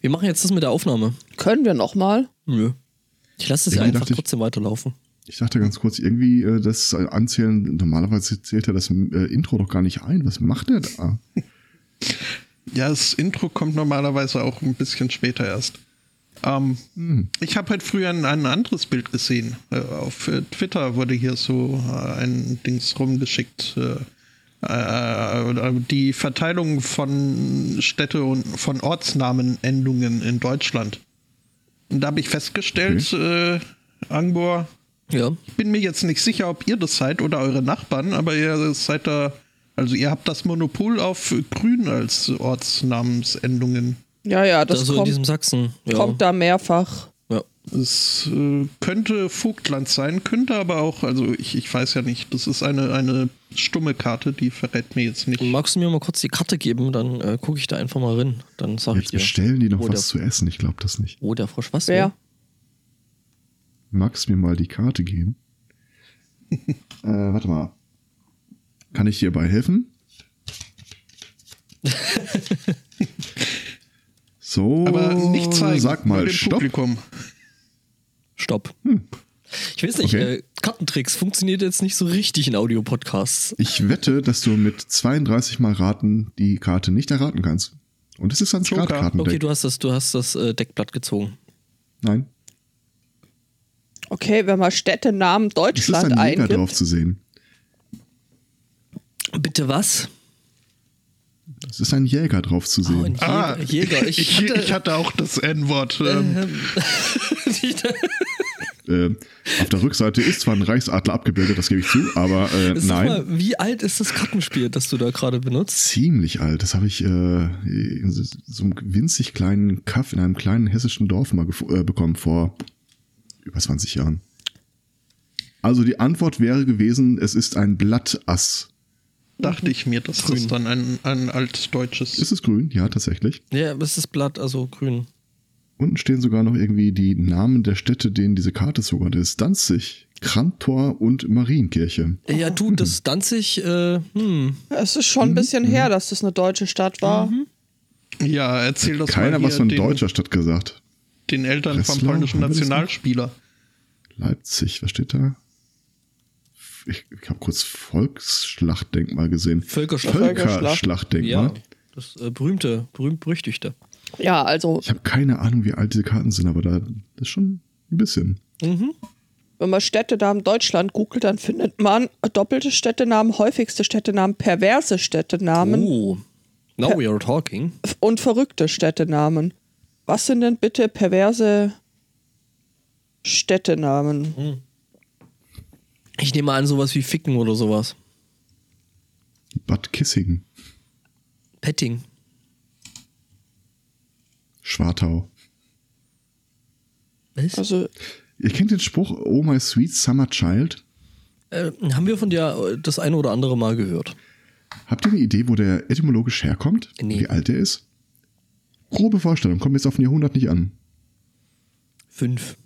Wir machen jetzt das mit der Aufnahme. Können wir nochmal? Nö. Ich lasse es ja Irgendwie einfach dachte ich- trotzdem weiterlaufen. Ich dachte ganz kurz, irgendwie äh, das Anzählen, normalerweise zählt er das äh, Intro doch gar nicht ein. Was macht er da? Ja, das Intro kommt normalerweise auch ein bisschen später erst. Ähm, Ich habe halt früher ein, ein anderes Bild gesehen. Äh, auf äh, Twitter wurde hier so äh, ein Dings rumgeschickt. Äh, äh, äh, die Verteilung von Städte und von Ortsnamenendungen in Deutschland. Und da habe ich festgestellt, äh, Angbor, Ja. ich bin mir jetzt nicht sicher, ob ihr das seid oder eure Nachbarn, aber ihr seid da, also ihr habt das Monopol auf Grün als Ortsnamensendungen. Ja, ja, das also in kommt, diesem Sachsen. Ja. kommt da mehrfach. ja. Es äh, könnte Vogtland sein, könnte aber auch, also ich, ich weiß ja nicht, das ist eine, eine stumme Karte, die verrät mir jetzt nicht. Magst du mir mal kurz die Karte geben? Dann äh, gucke ich da einfach mal rein. Dann sag ich Jetzt dir. bestellen die noch Oh, was zu essen. Ich glaube das nicht. Oh, der Frosch, was? Wer? Magst du mir mal die Karte geben? äh, warte mal. Kann ich dir dabei helfen? so, Aber nicht zeigen, sag nur mal, dem stopp. Publikum. Stopp. Ich weiß nicht, Hm. Okay. äh, Kartentricks funktioniert jetzt nicht so richtig in Audio-Podcasts. Ich wette, dass du mit 32 Mal raten die Karte nicht erraten kannst. Und es ist ein Joker. Startkartendeck. Okay, du hast das, du hast das äh, Deckblatt gezogen. Nein, Okay, wenn man Städtenamen es ist ein Deutschland Jäger drauf eingibt. zu sehen. Bitte was? Es ist ein Jäger drauf zu Oh, ein sehen. Jäger. Jäger. Ich, Ah, ich, hatte, ich hatte auch das N-Wort. Ähm, äh, auf der Rückseite ist zwar ein Reichsadler abgebildet, das gebe ich zu, aber äh, Sag nein. mal, wie alt ist das Kartenspiel, das du da gerade benutzt? ziemlich alt. Das habe ich äh, in so so einem winzig kleinen Kaff in einem kleinen hessischen Dorf mal gef- äh, bekommen vor über 20 Jahren. Also die Antwort wäre gewesen, es ist ein Blattass. dachte ich mir, dass das dann ein, ein altdeutsches. Ist es grün? Ja, tatsächlich. Ja, aber es ist Blatt, also grün. Unten stehen sogar noch irgendwie die Namen der Städte, denen diese Karte sogar ist. Danzig, Krantor und Marienkirche. Ja, du, das Danzig, äh, hm. Es ist schon ein bisschen her, dass das eine deutsche Stadt war. Ja, erzähl das Keiner mal was hier von den, deutscher Stadt gesagt. den Eltern vom Breslau, polnischen haben wir das noch? Nationalspieler. Leipzig, was steht da? Ich, ich habe kurz Volksschlachtdenkmal gesehen. Völkerschlacht. Völkerschlachtdenkmal. Ja, das äh, berühmte, berühmt-berüchtigte. Ja, also, Ich habe keine Ahnung, wie alt diese Karten sind, aber da das ist schon ein bisschen. wenn man Städtenamen Deutschland googelt, dann findet man doppelte Städtenamen, häufigste Städtenamen, perverse Städtenamen Oh, now we are talking. und verrückte Städtenamen. Was sind denn bitte perverse Städtenamen? Ich nehme an, sowas wie Ficken oder sowas. Bad Kissing, Petting. Schwartau. Was? Also, Ihr kennt den Spruch, oh my sweet summer child? Äh, haben wir von dir äh, das eine oder andere Mal gehört? Habt ihr eine Idee, wo der etymologisch herkommt? Nee. Wie alt er ist? Grobe Vorstellung, kommt jetzt auf ein Jahrhundert nicht an. Fünf.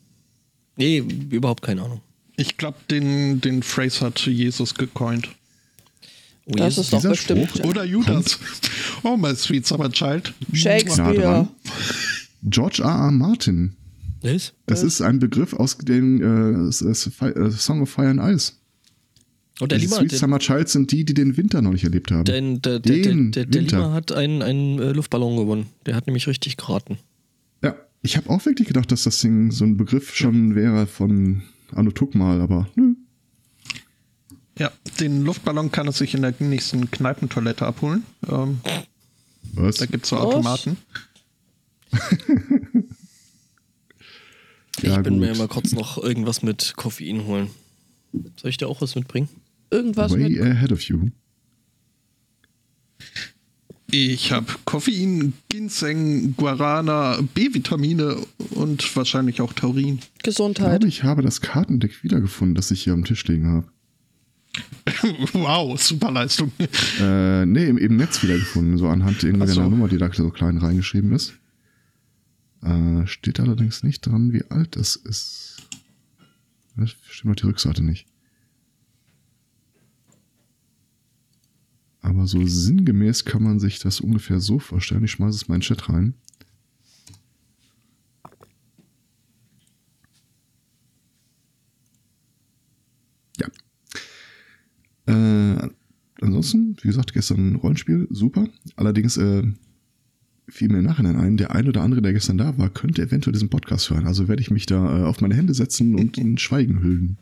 Nee, überhaupt keine Ahnung. Ich glaube, den, den Phrase hat Jesus gecoint. Oh, das Jesus. ist doch Dieser bestimmt Spruch- Oder Judas. Oh, my sweet summer child. Nah dran. Shakespeare. George R. R. Martin. Was? Das ist ein Begriff aus dem äh, S- S- Fi- äh, Song of Fire and Ice. Und der Die Lima, Sweet der, Summer Child sind die, die den Winter noch nicht erlebt haben. der, der, der, der, Den der, der Winter. Lima hat einen, einen äh, Luftballon gewonnen. Der hat nämlich richtig geraten. Ja, ich habe auch wirklich gedacht, dass das Ding so ein Begriff schon wäre von Anno Tuckmal, aber nö. Ja, den Luftballon kann es sich in der nächsten Kneipentoilette abholen. Ähm, Was? da gibt es so Was? Automaten. Ja, ich bin gut. mir mal kurz noch irgendwas mit Koffein holen. Soll ich dir auch was mitbringen? Irgendwas Way mit ahead of you. Ich habe Koffein, Ginseng, Guarana, B-Vitamine und wahrscheinlich auch Taurin. Ich Gesundheit. glaube, ich habe das Kartendeck wiedergefunden, das ich hier am Tisch liegen habe. wow, super Leistung. Äh, nee, im, im Netz wiedergefunden, so anhand irgendeiner Ach so. Nummer, die da so klein reingeschrieben ist. Äh, steht allerdings nicht dran, wie alt das ist. Das stimmt doch die Rückseite nicht. Aber so sinngemäß kann man sich das ungefähr so vorstellen. Ich schmeiße es mal in den Chat rein. Ja. Äh, ansonsten, wie gesagt, gestern Rollenspiel, super. Allerdings äh, fiel mir im Nachhinein ein, der ein oder andere, der gestern da war, könnte eventuell diesen Podcast hören. Also werde ich mich da äh, auf meine Hände setzen und in Schweigen hüllen.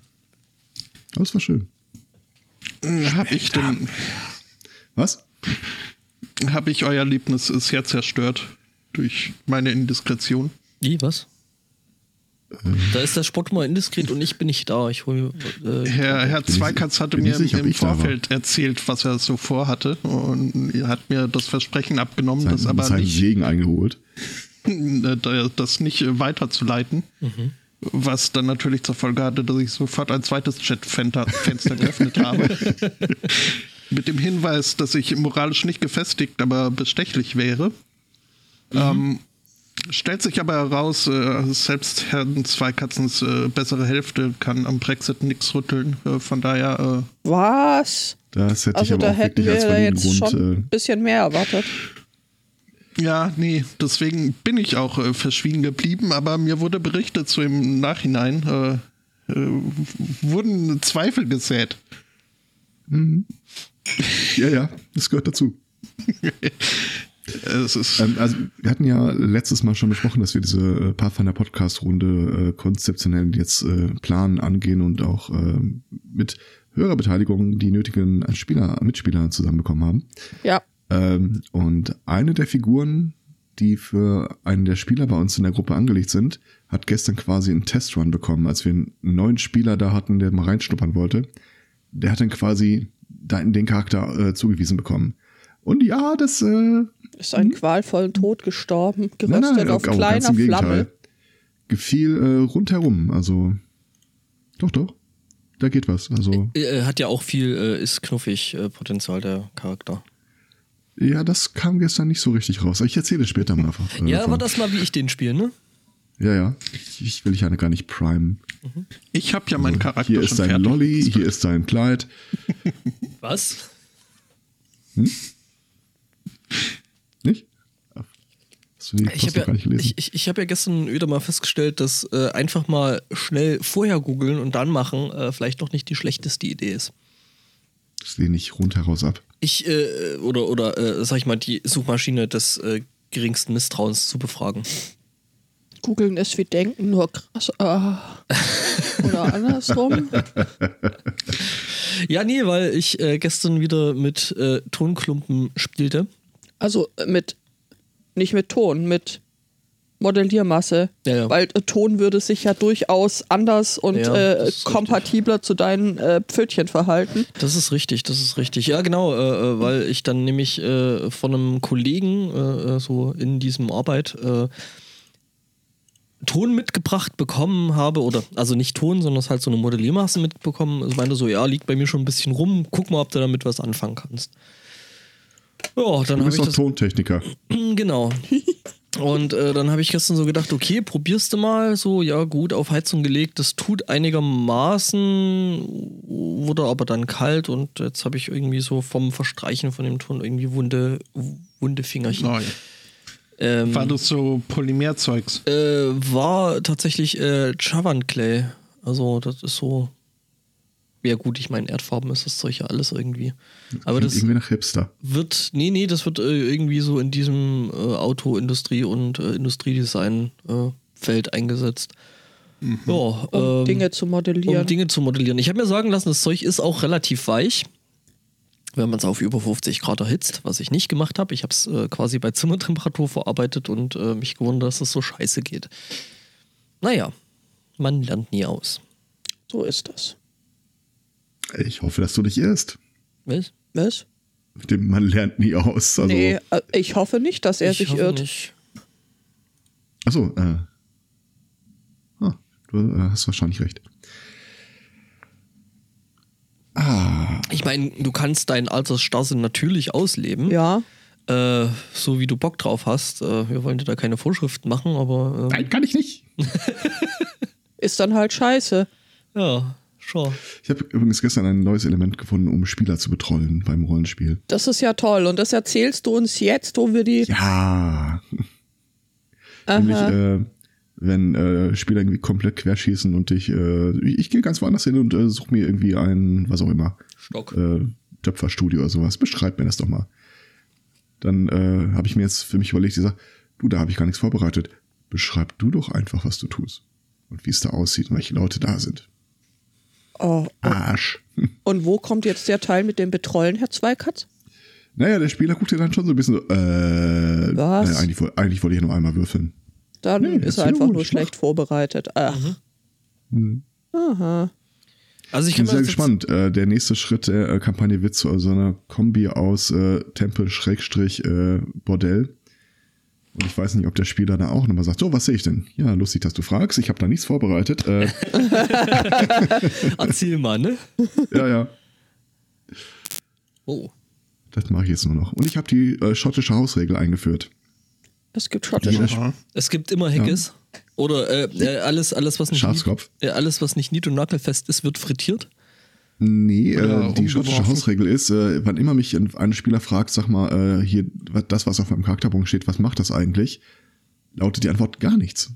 Aber es war schön. Hab ich denn, Was? hab ich euer Erlebnis sehr zerstört durch meine Indiskretion? Wie, was? Ähm. Da ist der Spott mal indiskret und ich bin nicht da. Ich hol mir. Äh, Herr, Herr ich- Zweikatz hatte bin ich mir sicher, ob im ich da war. Vorfeld erzählt, was er so vorhatte und er hat mir das Versprechen abgenommen, das Sein, aber seinen nicht Segen eingeholt. äh, das nicht äh, weiterzuleiten. Was dann natürlich zur Folge hatte, dass ich sofort ein zweites Chatfenster Fenster geöffnet habe. Mit dem Hinweis, dass ich moralisch nicht gefestigt, aber bestechlich wäre. Mhm. Ähm, stellt sich aber heraus, äh, selbst Herrn Zweikatzens äh, bessere Hälfte kann am Brexit nichts rütteln. Äh, von daher, Was? Das hätte ich Also aber da auch hätten wirklich als wir da validen jetzt Grund. schon äh, ein bisschen mehr erwartet. äh, ja, nee, deswegen bin ich auch äh, verschwiegen geblieben. Aber mir wurde berichtet, so im Nachhinein äh, äh, wurden Zweifel gesät. äh, Ja, ja, das gehört dazu. Es ist Ähm, also, wir hatten ja letztes Mal schon besprochen, dass wir diese äh, Pathfinder Podcast-Runde äh, konzeptionell jetzt äh, planen, angehen und auch ähm, mit Hörerbeteiligung die nötigen äh, Spieler, Mitspieler zusammenbekommen haben. Ja. Ähm, und eine der Figuren, die für einen der Spieler bei uns in der Gruppe angelegt sind, hat gestern quasi einen Testrun bekommen, als wir einen neuen Spieler da hatten, der mal reinschnuppern wollte. Der hat dann quasi da- den Charakter äh, zugewiesen bekommen. Und ja, das äh, Ist Mhm. ein qualvollen Tod gestorben, geröstet auf ganz kleiner im Gegenteil. Flamme. Gefiel äh, rundherum, also doch, doch. Da geht was. Also, äh, hat ja auch viel, äh, ist knuffig äh, Potenzial der Charakter. ja, das kam gestern nicht so richtig raus. Aber ich erzähle später mal einfach. äh, ja, davon. aber das mal, wie ich den spiele, ne? Ja, ja. Ich, ich will dich ja gar nicht primen. Ich habe ja meinen Charakter Also, Hier schon ist dein fertig. Lolli, hier ist dein Kleid. Was? Nicht? Hast du die Ich Post habe noch ja, gar nicht gelesen? ich, ich, ich hab ja gestern wieder mal festgestellt, dass äh, einfach mal schnell vorher googeln und dann machen äh, vielleicht doch nicht die schlechteste Idee ist. das lehne ich rundheraus ab. Ich, äh, oder, oder äh, sag ich mal, die Suchmaschine des äh, geringsten Misstrauens zu befragen. Googeln ist wie denken, nur krass. Ah. Oder andersrum. Ja, nee, weil ich äh, gestern wieder mit äh, Tonklumpen spielte. Also äh, mit, nicht mit Ton, mit Modelliermasse. Ja, ja. Weil äh, Ton würde sich ja durchaus anders und Ja, das äh, ist richtig. kompatibler zu deinen äh, Pfötchen verhalten. Das ist richtig, das ist richtig. Ja, genau, äh, äh, weil ich dann nämlich äh, von einem Kollegen äh, äh, so in diesem Arbeit äh, Ton mitgebracht bekommen habe, oder also nicht Ton, sondern es halt so eine Modelliermaße mitbekommen. Also meinte so, ja, liegt bei mir schon ein bisschen rum, guck mal, ob du damit was anfangen kannst. Ja, dann Du habe ich bist doch das Tontechniker. Genau. Und äh, dann habe ich gestern so gedacht, okay, probierst du mal so, ja gut, auf Heizung gelegt, das tut einigermaßen, wurde aber dann kalt und jetzt habe ich irgendwie so vom Verstreichen von dem Ton irgendwie wunde, wunde Fingerchen. Neu. Ähm, War das so Polymerzeugs? äh, war tatsächlich äh, Chavan Clay. Also das ist so, ja gut, ich meine, Erdfarben ist das Zeug ja alles irgendwie. Aber Klingt das irgendwie nach Hipster. wird, nee, nee, das wird äh, irgendwie so in diesem äh, Autoindustrie und äh, Industriedesign-Feld eingesetzt. Ja, Um ähm, Dinge zu modellieren. um Dinge zu modellieren. Ich habe mir sagen lassen, das Zeug ist auch relativ weich, wenn man es auf über 50 Grad erhitzt, was ich nicht gemacht habe. Ich habe es äh, quasi bei Zimmertemperatur verarbeitet und äh, mich gewundert, dass es so scheiße geht. Naja, man lernt nie aus. so ist das. Ich hoffe, dass du dich irrst. Was? Was? Mit dem man lernt nie aus. Also, nee, äh, ich hoffe nicht, dass er Ich sich hoffe irrt. nicht. Achso, äh. Ah, du äh, hast wahrscheinlich recht. Ah, Ich meine, du kannst deinen Altersstarrsinn natürlich ausleben. Ja. äh, so wie du Bock drauf hast. Äh, wir wollen dir da keine Vorschriften machen, aber äh, nein, kann ich nicht. Ist dann halt scheiße. ja, sure. Ich habe übrigens gestern ein neues Element gefunden, um Spieler zu betrollen beim Rollenspiel. Das ist ja toll. Und das erzählst du uns jetzt, wo wir die. Ja. Nämlich, äh, wenn äh, Spieler irgendwie komplett querschießen und ich, äh, ich, ich gehe ganz woanders hin und äh, suche mir irgendwie ein, was auch immer, Stock. äh, Töpferstudio oder sowas. Beschreib mir das doch mal. Dann äh, habe ich mir jetzt für mich überlegt, ich sag, du, da habe ich gar nichts vorbereitet. Beschreib du doch einfach, was du tust und wie es da aussieht und welche Leute da sind. Oh, Arsch. und wo kommt jetzt der Teil mit dem Betrollen, Herr Zweikatz? Naja, der Spieler guckt ja dann schon so ein bisschen so, äh, Was? äh eigentlich, woll- eigentlich wollte ich ja nur einmal würfeln. Dann Nee, ist er erzähl einfach ruhig, nur mach. schlecht vorbereitet. Ach. Mhm. Aha. Also ich Ich bin kann mir sehr das jetzt, gespannt. Äh, der nächste Schritt der äh, Kampagne wird zu so einer Kombi aus äh, Tempel-Bordell. Und ich weiß nicht, ob der Spieler da auch nochmal sagt, so, was sehe ich denn? Ja, lustig, dass du fragst. Ich habe da nichts vorbereitet. Äh, erzähl mal, ne? ja, ja, Oh. das mache ich jetzt nur noch. Und ich habe die äh, schottische Hausregel eingeführt. Es gibt schottische. Aha. Es gibt immer Hackes. Oder äh, äh, alles, alles, was nicht Schafskopf. Niet, äh, alles, was nicht nied- und nagelfest ist, wird frittiert. Nee, Oder äh, die schottische umgeworfen. Hausregel ist, äh, wann immer mich ein ein Spieler fragt, sag mal, äh, hier, was- das, was auf meinem Charakterbogen steht, was macht das eigentlich? Lautet die Antwort gar nichts.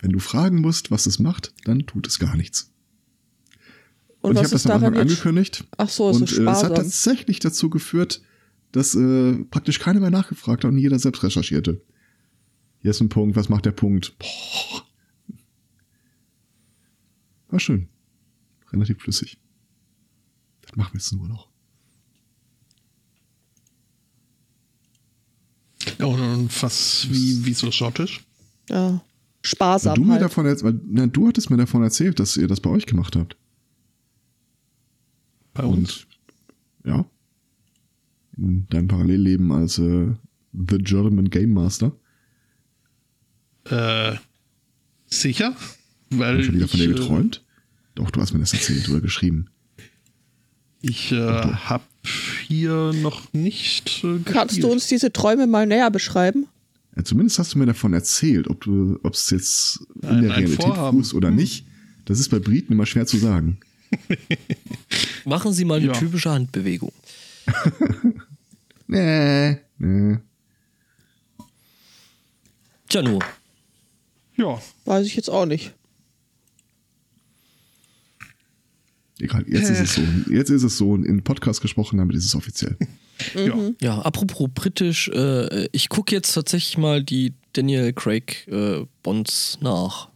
Wenn du fragen musst, was es macht, dann tut es gar nichts. Und, ich was habe das ist am Anfang daran jetzt? angekündigt. Ach so, es und, ist äh, Es sparsam. hat tatsächlich dazu geführt, dass äh, praktisch keiner mehr nachgefragt hat und jeder selbst recherchierte. Hier ist ein Punkt, was macht der Punkt? Boah. War schön. Relativ flüssig. Das machen wir jetzt nur noch. Und, und was, wie, wieso schottisch? Ja. Weil du, Sparsam mir halt. davon erz- weil, na, du hattest mir davon erzählt, dass ihr das bei euch gemacht habt. Bei uns? Und ja. In deinem Parallelleben als äh, The German Game Master. Äh, sicher? Weil Hab ich schon wieder von dir ich, äh, geträumt? Doch, du hast mir das erzählt oder geschrieben. Ich äh, habe hier noch nicht. Äh, Kannst du gespielt. uns diese Träume mal näher beschreiben? Ja, Äh, zumindest hast du mir davon erzählt, ob du, ob es jetzt in Ein- der ein Realität Vorhaben. fußt oder nicht. Das ist bei Briten immer schwer zu sagen. Machen Sie mal eine Ja. typische Handbewegung. Nee, nee. Janu, Ja, Weiß ich jetzt auch nicht. Egal, jetzt ist es so. Jetzt ist es so. In Podcast gesprochen, damit ist es offiziell. ja. ja, apropos britisch, äh, ich gucke jetzt tatsächlich mal die Daniel Craig äh, Bonds nach.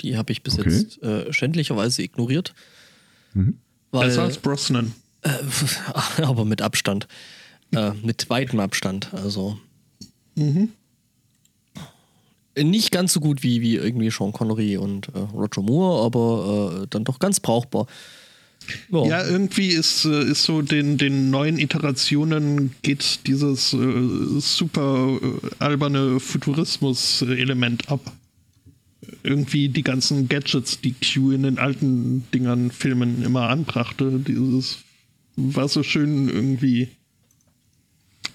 Die habe ich bis Okay. Mhm. jetzt äh, schändlicherweise ignoriert. Weil, Besser als Brosnan. Äh, aber mit Abstand. Äh, mit weitem Abstand, also. Mhm. Nicht ganz so gut wie, wie irgendwie Sean Connery und äh, Roger Moore, aber äh, dann doch ganz brauchbar. Ja, irgendwie ist, äh, ist so den, den neuen Iterationen geht dieses äh, super äh, alberne Futurismus-Element ab. Irgendwie die ganzen Gadgets, die Q in den alten Dingern, Filmen immer anbrachte, dieses war so schön irgendwie.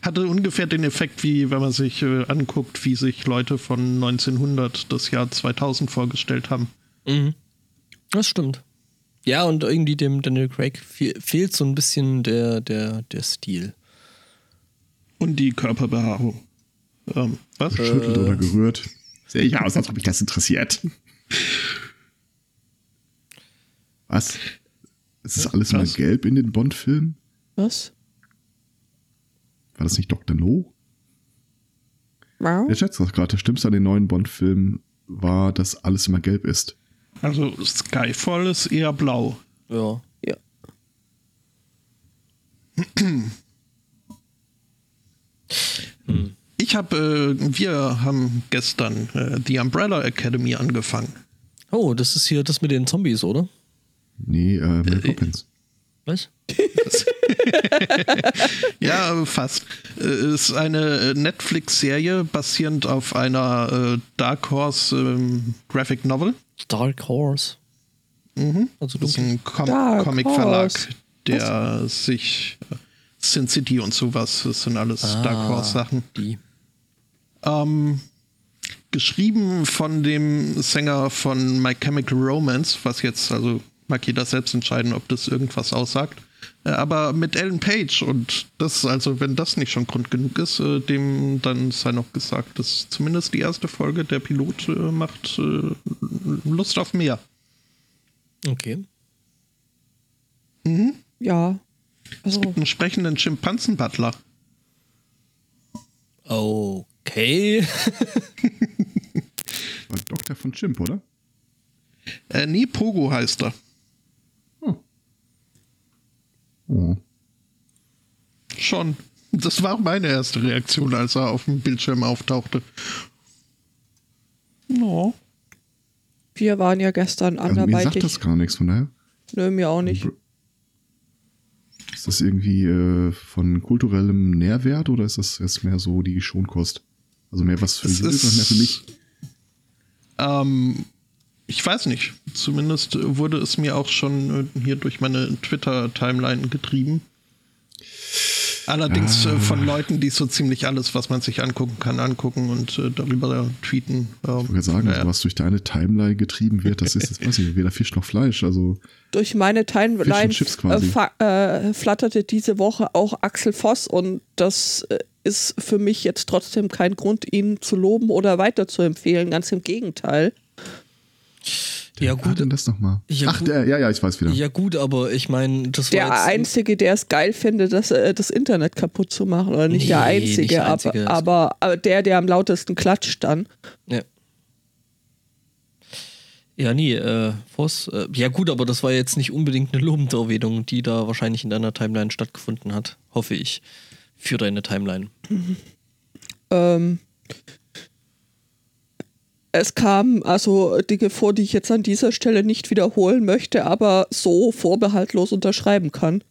Hatte ungefähr den Effekt, wie wenn man sich äh, anguckt, wie sich Leute von 1900 das Jahr 2000 vorgestellt haben. Das stimmt. Ja, und irgendwie dem Daniel Craig fe fehlt so ein bisschen der, der, der Stil. Und die Körperbehaarung. Ähm, was? Geschüttelt oder gerührt. Sehe ich aus, als ob mich das interessiert. Was? Es ist alles mal Was? gelb in den Bond-Filmen? Was? War das nicht Dr. No? Wow. Der Chat sagt gerade, das Schlimmste an den neuen Bond-Filmen war, dass alles immer gelb ist. Also Skyfall ist eher blau. Ja. Ja. Ich habe, äh, wir haben gestern äh, die Umbrella Academy angefangen. Oh, das ist hier das mit den Zombies, oder? Nee, äh, Mary Poppins. Was? Ja, äh, fast. Äh, ist eine äh, Netflix-Serie basierend auf einer äh, Dark Horse ähm, Graphic Novel. Dark Horse. Also Mhm. Das ist dunkel. ein Com Dark Horse. Comic-Verlag, der sich äh, Sin City und sowas, das sind alles Ah. Dark Horse-Sachen. Ah, Die. Ähm, geschrieben von dem Sänger von My Chemical Romance, was jetzt, also mag jeder selbst entscheiden, ob das irgendwas aussagt. Äh, aber mit Ellen Page und das, also wenn das nicht schon Grund genug ist, äh, dem dann sei noch gesagt, dass zumindest die erste Folge der Pilot äh, macht äh, Lust auf mehr. Okay. Mhm. Ja. Es Also, gibt einen sprechenden Schimpansenbutler. Okay. War Äh, Doktor von Chimp, oder? Äh, nee, Pogo heißt er. Oh. Schon. Das war auch meine erste Reaktion, als er auf dem Bildschirm auftauchte. No. wir waren ja gestern Genau. Also, mir sagt anderweitig. das gar nichts, von daher. Nö, mir auch nicht. Ist das irgendwie äh, von kulturellem Nährwert oder ist das jetzt mehr so die Schonkost? Also mehr was für Es Judith und mehr für mich? Ähm, ich weiß nicht. Zumindest wurde es mir auch schon äh, hier durch meine Twitter-Timeline getrieben. Allerdings Ah. äh, von Leuten, die so ziemlich alles, was man sich angucken kann, angucken und äh, darüber tweeten. Ich Ähm, wollte gerade sagen, also was durch deine Timeline getrieben wird, das ist, das weiß ich, weder Fisch noch Fleisch. Also Durch meine Timeline Chips äh, quasi. fa- äh, flatterte diese Woche auch Axel Voss und das äh, ist für mich jetzt trotzdem kein Grund, ihn zu loben oder weiterzuempfehlen. Ganz im Gegenteil. Ja, wer war gut. denn das nochmal? Ja, Ach, gut. der, ja, ja, ich weiß wieder. Ja, gut, aber ich meine, das war Der jetzt. Einzige, der es geil findet, das, äh, das Internet kaputt zu machen. Oder nicht der Nee, Einzige, nicht der Einzige. Aber, aber, aber der, der am lautesten klatscht dann. Ja. Ja, nee, äh, Voss. Äh, ja, gut, aber das war jetzt nicht unbedingt eine lobende Erwähnung, die da wahrscheinlich in deiner Timeline stattgefunden hat. Hoffe ich. Für deine Timeline. Ähm, es kamen also Dinge vor, die ich jetzt an dieser Stelle nicht wiederholen möchte, aber so vorbehaltlos unterschreiben kann.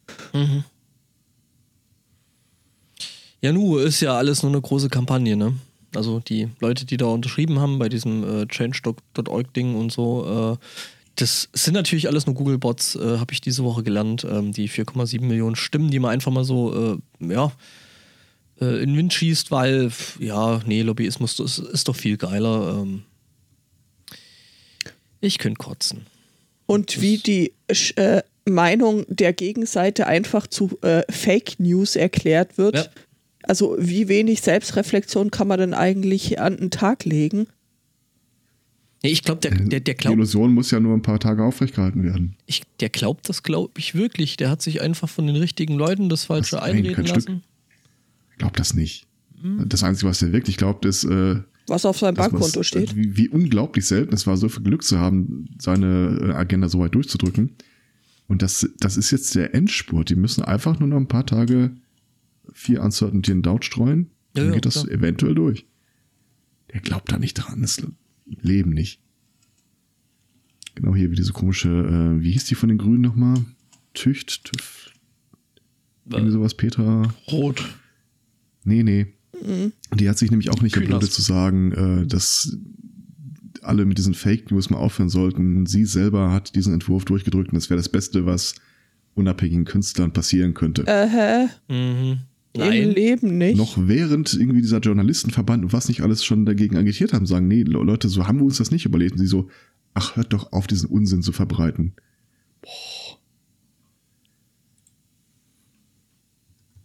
Ja, nu, ist ja alles nur eine große Kampagne, ne? Also die Leute, die da unterschrieben haben bei diesem äh, change.org-Ding und so, äh, das sind natürlich alles nur Google-Bots, äh, habe ich diese Woche gelernt. Ähm, die 4,7 Millionen Stimmen, die man einfach mal so, äh, ja, äh, in den Wind schießt, weil, f- ja, nee, Lobbyismus ist, ist doch viel geiler. Ähm. Ich könnte kotzen. Und wie die Sch- äh, Meinung der Gegenseite einfach zu äh, Fake News erklärt wird. Ja. Also wie wenig Selbstreflexion kann man denn eigentlich an den Tag legen? Nee, ich glaube, der, der, der die glaubt Illusion muss ja nur ein paar Tage aufrechtgehalten werden. Ich, der glaubt das, glaube ich, wirklich. Der hat sich einfach von den richtigen Leuten das Falsche Was? Nein, einreden kein Stück. lassen. Ich glaube das nicht. Hm. Das Einzige, was er wirklich glaubt, ist, äh, Was auf seinem dass man- äh, Bankkonto steht. Wie, wie unglaublich selten es war, so viel Glück zu haben, seine äh, Agenda so weit durchzudrücken. Und das, das ist jetzt der Endspurt. Die müssen einfach nur noch ein paar Tage viel Uncertainty and Doubt streuen. Ja, Dann ja, geht das klar. eventuell durch. Der glaubt da nicht dran. Das Leben nicht. Genau hier, wie diese komische, äh, wie hieß die von den Grünen nochmal? Tücht, TÜV, irgendwie sowas, Petra. Rot. Nee, nee. Die hat sich nämlich auch nicht Kühners. geblutet zu sagen, äh, dass alle mit diesen Fake News mal aufhören sollten. Sie selber hat diesen Entwurf durchgedrückt und das wäre das Beste, was unabhängigen Künstlern passieren könnte. Mhm. Im Nein. Leben nicht. Noch während irgendwie dieser Journalistenverband und was nicht alles schon dagegen agitiert haben, sagen, nee, Le- Leute, so haben wir uns das nicht überlegt. Und sie so, ach, hört doch auf, diesen Unsinn zu verbreiten.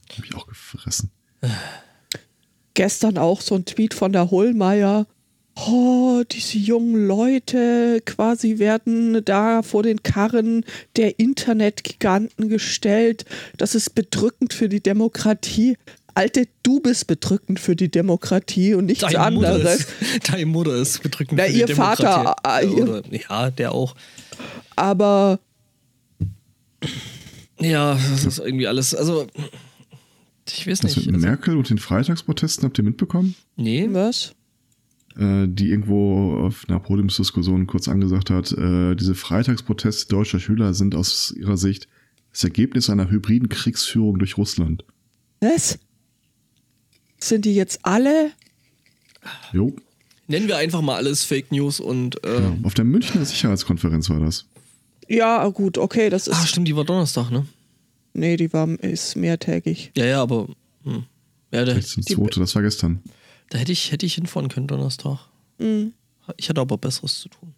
Boah. Hab ich auch gefressen. Gestern auch so ein Tweet von der Hohlmeier. Oh, diese jungen Leute quasi werden da vor den Karren der Internetgiganten gestellt. Das ist bedrückend für die Demokratie. Alte, du bist bedrückend für die Demokratie und nichts Deine Mutter, anderes. ist, deine Mutter ist bedrückend. Na, für die ihr Vater, Demokratie. äh, ihr- Oder, ja, der auch. Aber Ja, das ist irgendwie alles. Also, ich weiß Das nicht. mit Also, Merkel und den Freitagsprotesten habt ihr mitbekommen? nee. was? äh, die irgendwo auf einer Podiumsdiskussion kurz angesagt hat, äh, diese Freitagsproteste deutscher Schüler sind aus ihrer Sicht das Ergebnis einer hybriden Kriegsführung durch Russland. Was? Sind die jetzt alle? Jo. Nennen wir einfach mal alles Fake News und. Äh, Ja. Auf der Münchner Sicherheitskonferenz war das. Ja, gut, okay, das Ah, ist. stimmt, die war Donnerstag, ne? Nee, die war, ist mehrtägig. Ja, ja, aber. Hm. Ja, da, 16.2., das war gestern. da hätte ich, hätte ich hinfahren können, Donnerstag. Mhm. Ich hatte aber Besseres zu tun.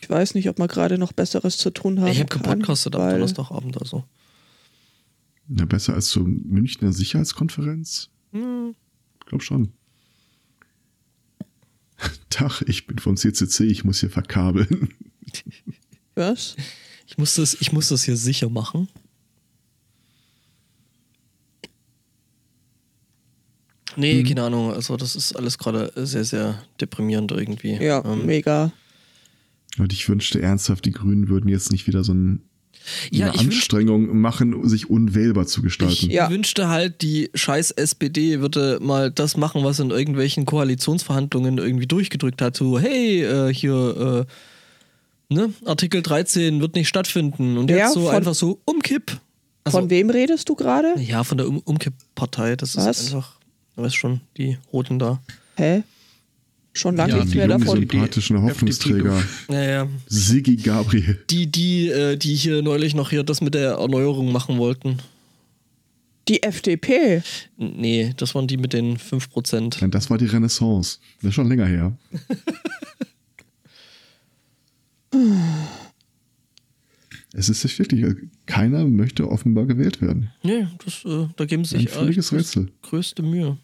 Ich weiß nicht, ob man gerade noch Besseres zu tun haben ich habe kann, gepodcastet am weil- Donnerstagabend, also. Na, besser als zur Münchner Sicherheitskonferenz? Hm. Ich glaube schon. Tag, ich bin vom CCC, ich muss hier verkabeln. Was? Ich muss, das, ich muss das hier sicher machen. Nee, Hm. keine Ahnung. Also, das ist alles gerade sehr, sehr deprimierend irgendwie. Ja, Hm. Ähm, mega. Und ich wünschte ernsthaft, die Grünen würden jetzt nicht wieder so ein, Ja, eine ich wünsch- Anstrengung machen, sich unwählbar zu gestalten. Ich Ja. wünschte halt, die scheiß SPD würde mal das machen, was in irgendwelchen Koalitionsverhandlungen irgendwie durchgedrückt hat. So, hey, äh, hier, äh, ne, Artikel 13 wird nicht stattfinden. Und jetzt Ja, so von- einfach so umkipp. Also, Von wem redest du gerade? ja, von der um Umkipp-Partei. Das Was? ist einfach, du weißt schon, die Roten da. Hä? Schon lange Ja, nichts die mehr jungen davon. sind- sympathischen Die- die- Hoffnungsträger Naja, Siggi Gabriel. die, die, äh, die hier neulich noch hier das mit der Erneuerung machen wollten. Die FDP. N- Nee, das waren die mit den 5%. Nein, das war die Renaissance. Das ist schon länger her. es ist nicht wirklich. äh, Keiner möchte offenbar gewählt werden. Nee, das, äh, da geben sie Ein sich äh, völliges Rätsel. größte Mühe.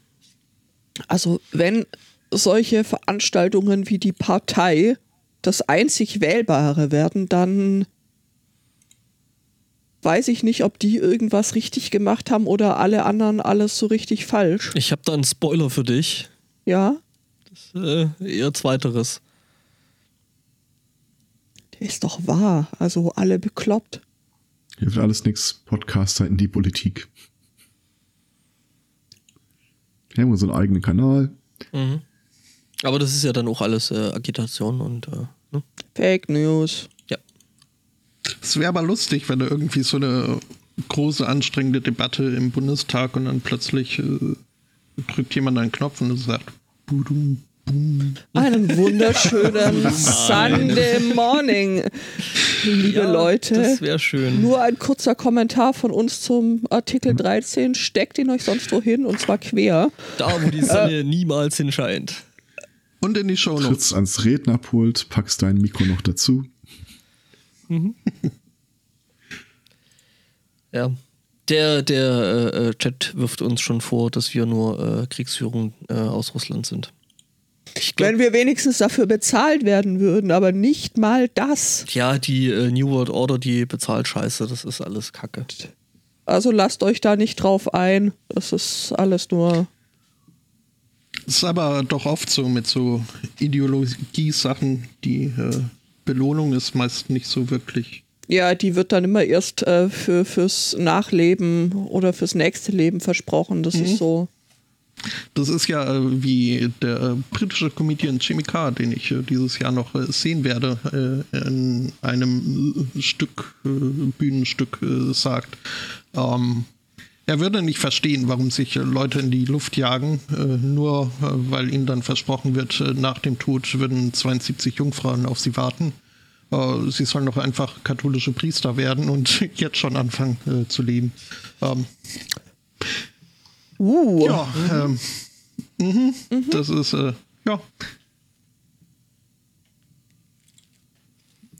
Also, wenn solche Veranstaltungen wie die Partei das einzig Wählbare werden, dann weiß ich nicht, ob die irgendwas richtig gemacht haben oder alle anderen alles so richtig falsch. Ich habe da einen Spoiler für dich. Ja, Äh, eher zweiteres. der ist doch wahr. Also alle bekloppt. Hilft alles nichts. Podcaster in die Politik. Wir haben unseren eigenen Kanal. Mhm. Aber das ist ja dann auch alles äh, Agitation und äh, ne? Fake News. ja. Es wäre aber lustig, wenn da irgendwie so eine große, anstrengende Debatte im Bundestag und dann plötzlich äh, drückt jemand einen Knopf und sagt, budum, bum. Einen wunderschönen Sunday Morning, liebe ja, Leute. Das wäre schön. Nur ein kurzer Kommentar von uns zum Artikel 13. Steckt ihn euch sonst wohin und zwar quer. Da, wo die Sonne niemals hinscheint. Und in die Shownotes. Trittst ans Rednerpult, packst dein Mikro noch dazu. Ja. Der, der äh, äh, Chat wirft uns schon vor, dass wir nur äh, Kriegsführung äh, aus Russland sind. Ich glaub, Wenn wir wenigstens dafür bezahlt werden würden, aber nicht mal das. ja, die äh, New World Order, die bezahlt Scheiße, das ist alles Kacke. Also lasst euch da nicht drauf ein. Das ist alles nur. Das ist aber doch oft so mit so Ideologie-Sachen, die äh, Belohnung ist meist nicht so wirklich. Ja, die wird dann immer erst äh, für, fürs Nachleben oder fürs nächste Leben versprochen. Das Mhm. ist so. Das ist ja äh, wie der äh, britische Comedian Jimmy Carr, den ich äh, dieses Jahr noch äh, sehen werde, äh, in einem äh, Stück, äh, Bühnenstück äh, sagt. Ähm, er würde nicht verstehen, warum sich äh, Leute in die Luft jagen, äh, nur äh, weil ihnen dann versprochen wird, äh, nach dem Tod würden 72 Jungfrauen auf sie warten. Äh, Sie sollen doch einfach katholische Priester werden und jetzt schon anfangen äh, zu leben. Ähm, Uh. ja, ähm, mhm, das ist, äh, ja,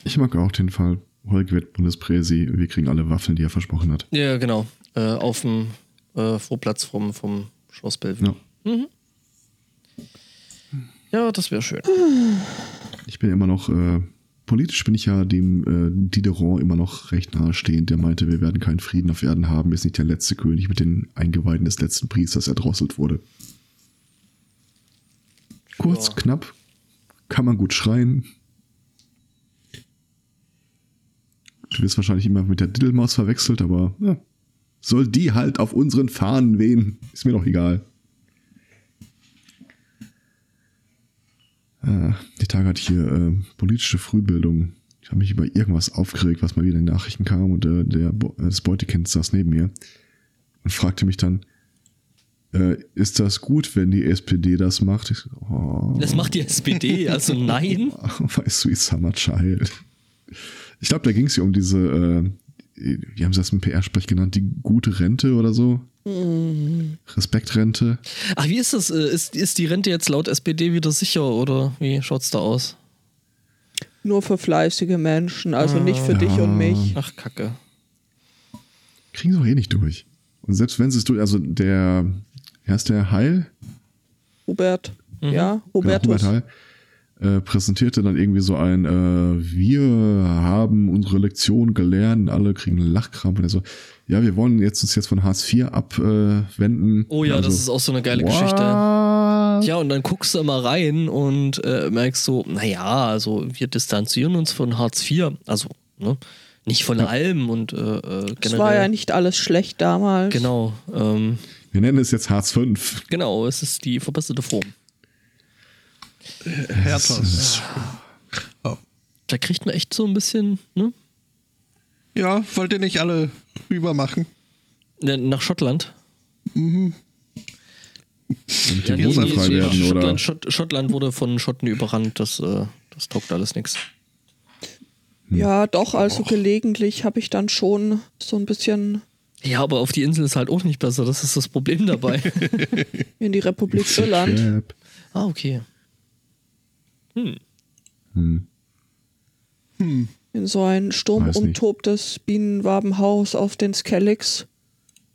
Ich mag auch den Fall. Holger wird Bundespräsi. Wir kriegen alle Waffeln, die er versprochen hat. Ja, genau. Äh, auf dem äh, Vorplatz vom, vom Schloss Bellevue. Ja. Ja, das wäre schön. Ich bin immer noch, äh, politisch bin ich ja dem äh, Diderot immer noch recht nahe stehend, der meinte, wir werden keinen Frieden auf Erden haben, bis nicht der letzte König mit den Eingeweiden des letzten Priesters erdrosselt wurde. Kurz, Ja. knapp, kann man gut schreien. Du wirst wahrscheinlich immer mit der Diddlemaus verwechselt, aber ja, soll die halt auf unseren Fahnen wehen. Ist mir doch egal. Äh, die Tage hatte ich hier äh, politische Frühbildung. Ich habe mich über irgendwas aufgeregt, was mal wieder in den Nachrichten kam und äh, der Bo äh, das Beutekind saß neben mir und fragte mich dann, äh, ist das gut, wenn die SPD das macht? Ich so, oh, Das macht die SPD, also nein. weißt du, Summer Child. Ich glaube, da ging es ja um diese, äh, wie haben sie das im PR-Sprech genannt, die gute Rente oder so? Respektrente. Ach, wie ist das? äh, Ist, ist die Rente jetzt laut SPD wieder sicher oder wie schaut's da aus? Nur für fleißige Ah. Menschen, also nicht für dich und mich. Ach, Kacke. Kriegen sie auch eh nicht durch. Und selbst wenn sie es durch, also der, er ist der Heil, Robert. Ja, genau, Robertus. Heil, äh, präsentierte dann irgendwie so ein, äh, wir haben unsere Lektion gelernt, alle kriegen Lachkrampen. Also, ja, wir wollen jetzt uns jetzt von Hartz IV abwenden. Oh ja, also, das ist auch so eine geile what? Geschichte. Ja, und dann guckst du immer rein und äh, merkst so, naja, also wir distanzieren uns von Hartz IV, also ne, nicht von allem und äh, äh, generell. Es war ja nicht alles schlecht damals. genau, ähm, Wir nennen es jetzt Hartz V. genau, es ist die verbesserte Form. Härter. Oh. Da kriegt man echt so ein bisschen, ne? Ja, wollt ihr nicht alle rüber machen? ne, Nach Schottland. Damit Ja, die nee, Boden nee, frei nee, werden, Schottland, oder? Schott, Schottland wurde von Schotten überrannt, das, äh, das taugt alles nichts. Ja, doch, also gelegentlich habe ich dann schon so ein bisschen Ja, aber auf die Insel ist halt auch nicht besser, das ist das Problem dabei. in die Republik Irland. Crap. ah, okay. Hm. in so ein Weiß nicht. sturmumtobtes Bienenwabenhaus auf den Skelligs.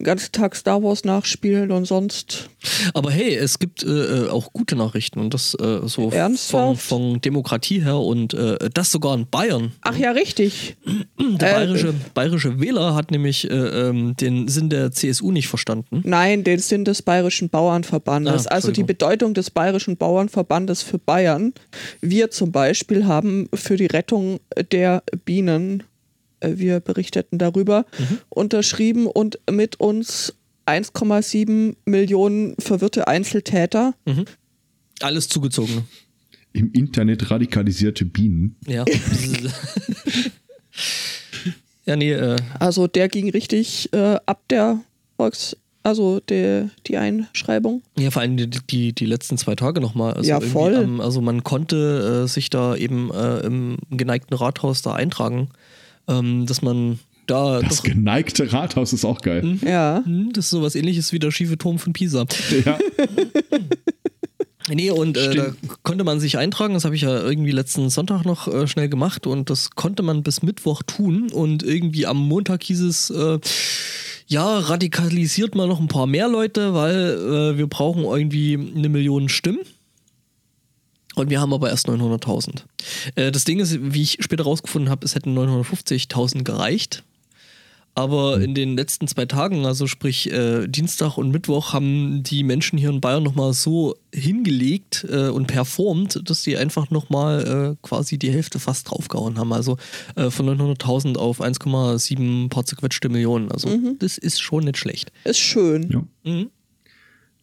Den ganzen Tag Star Wars nachspielen und sonst. Aber hey, es gibt äh, äh, auch gute Nachrichten und das äh, so von, Ernsthaft? von Demokratie her und äh, das sogar in Bayern. Ach ja, richtig. Der Äh, bayerische, bayerische Wähler hat nämlich äh, ähm, den Sinn der CSU nicht verstanden. Nein, den Sinn des Bayerischen Bauernverbandes. Ah, also die Entschuldigung. Bedeutung des Bayerischen Bauernverbandes für Bayern. Wir zum Beispiel haben für die Rettung der Bienen, äh, wir berichteten darüber, Mhm. unterschrieben und mit uns 1,7 Millionen verwirrte Einzeltäter. Mhm. Alles zugezogen. Im Internet radikalisierte Bienen. Ja. ja, nee, äh, Also der ging richtig äh, ab der Volks, also der, die Einschreibung. Ja, vor allem die, die, die letzten zwei Tage nochmal. Also Ja, irgendwie voll. am- also man konnte äh, sich da eben äh, im geneigten Rathaus da eintragen, ähm, dass man da Das doch, geneigte Rathaus ist auch geil. Ja. Hm, das ist sowas ähnliches wie der schiefe Turm von Pisa. Ja. Mhm. Nee, und äh, da Stimmt. konnte man sich eintragen. Das habe ich ja irgendwie letzten Sonntag noch äh, schnell gemacht und das konnte man bis Mittwoch tun. Und irgendwie am Montag hieß es, äh, ja, radikalisiert mal noch ein paar mehr Leute, weil äh, wir brauchen irgendwie eine Million Stimmen. Und wir haben aber erst 900.000. Äh, das Ding ist, wie ich später rausgefunden habe, es hätten 950.000 gereicht. Aber in den letzten zwei Tagen, also sprich äh, Dienstag und Mittwoch, haben die Menschen hier in Bayern nochmal so hingelegt äh, und performt, dass sie einfach nochmal äh, quasi die Hälfte fast draufgehauen haben. Also äh, von 900.000 auf 1,7 paar zerquetschte Millionen. Also das ist schon nicht schlecht. Ist schön. ja. Mhm.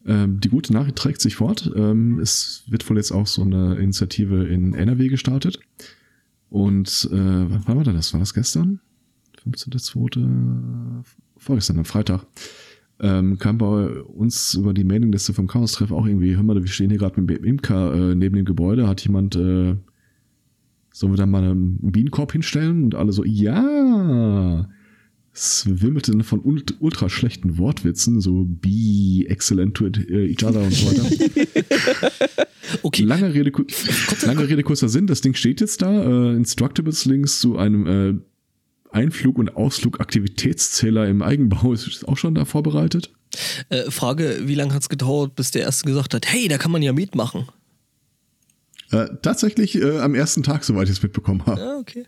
Ähm, die gute Nachricht trägt sich fort. Ähm, es wird wohl jetzt auch so eine Initiative in NRW gestartet. Und äh, wann wann war denn das? War das gestern? 15.02. Vorgestern, am Freitag. Ähm, kam bei uns über die Mailingliste vom Chaos-Treff auch irgendwie, hör mal, wir stehen hier gerade mit dem Imker äh, neben dem Gebäude, hat jemand, äh, sollen wir da mal einen Bienenkorb hinstellen? Und alle so, ja! Es wimmelte von ult ultra schlechten Wortwitzen, so be excellent to äh, each other und so weiter. Okay, lange, Rede, ku- lange Rede, kurzer Sinn, das Ding steht jetzt da. Äh, Instructables Links zu einem äh, Einflug- und Ausflug-Aktivitätszähler im Eigenbau ist auch schon da vorbereitet. äh, Frage, wie lange hat es gedauert, bis der Erste gesagt hat, hey, da kann man ja mitmachen? Äh, tatsächlich äh, am ersten Tag, soweit ich es mitbekommen habe. Ja, okay.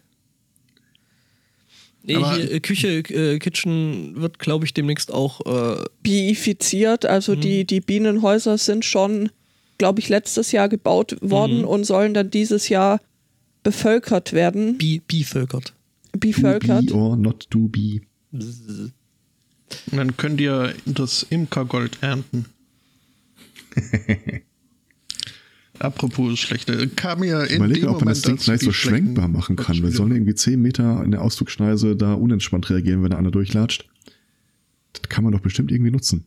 Nee, Aber- hier, äh, Küche, äh, Kitchen wird, glaube ich, demnächst auch äh, Biifiziert, also die, die Bienenhäuser sind schon, glaube ich, letztes Jahr gebaut worden und sollen dann dieses Jahr bevölkert werden. bi bevölkert. Bevölkert. Do be or not do be. Und dann könnt ihr das Imkergold ernten. Apropos schlechte, kam mir in Überlege, dem ob man das Moment, Ding als vielleicht die so schlechten- schwenkbar machen kann. Wir sollen irgendwie 10 Meter in der Ausflugschneise da unentspannt reagieren, wenn da einer durchlatscht. Das kann man doch bestimmt irgendwie nutzen.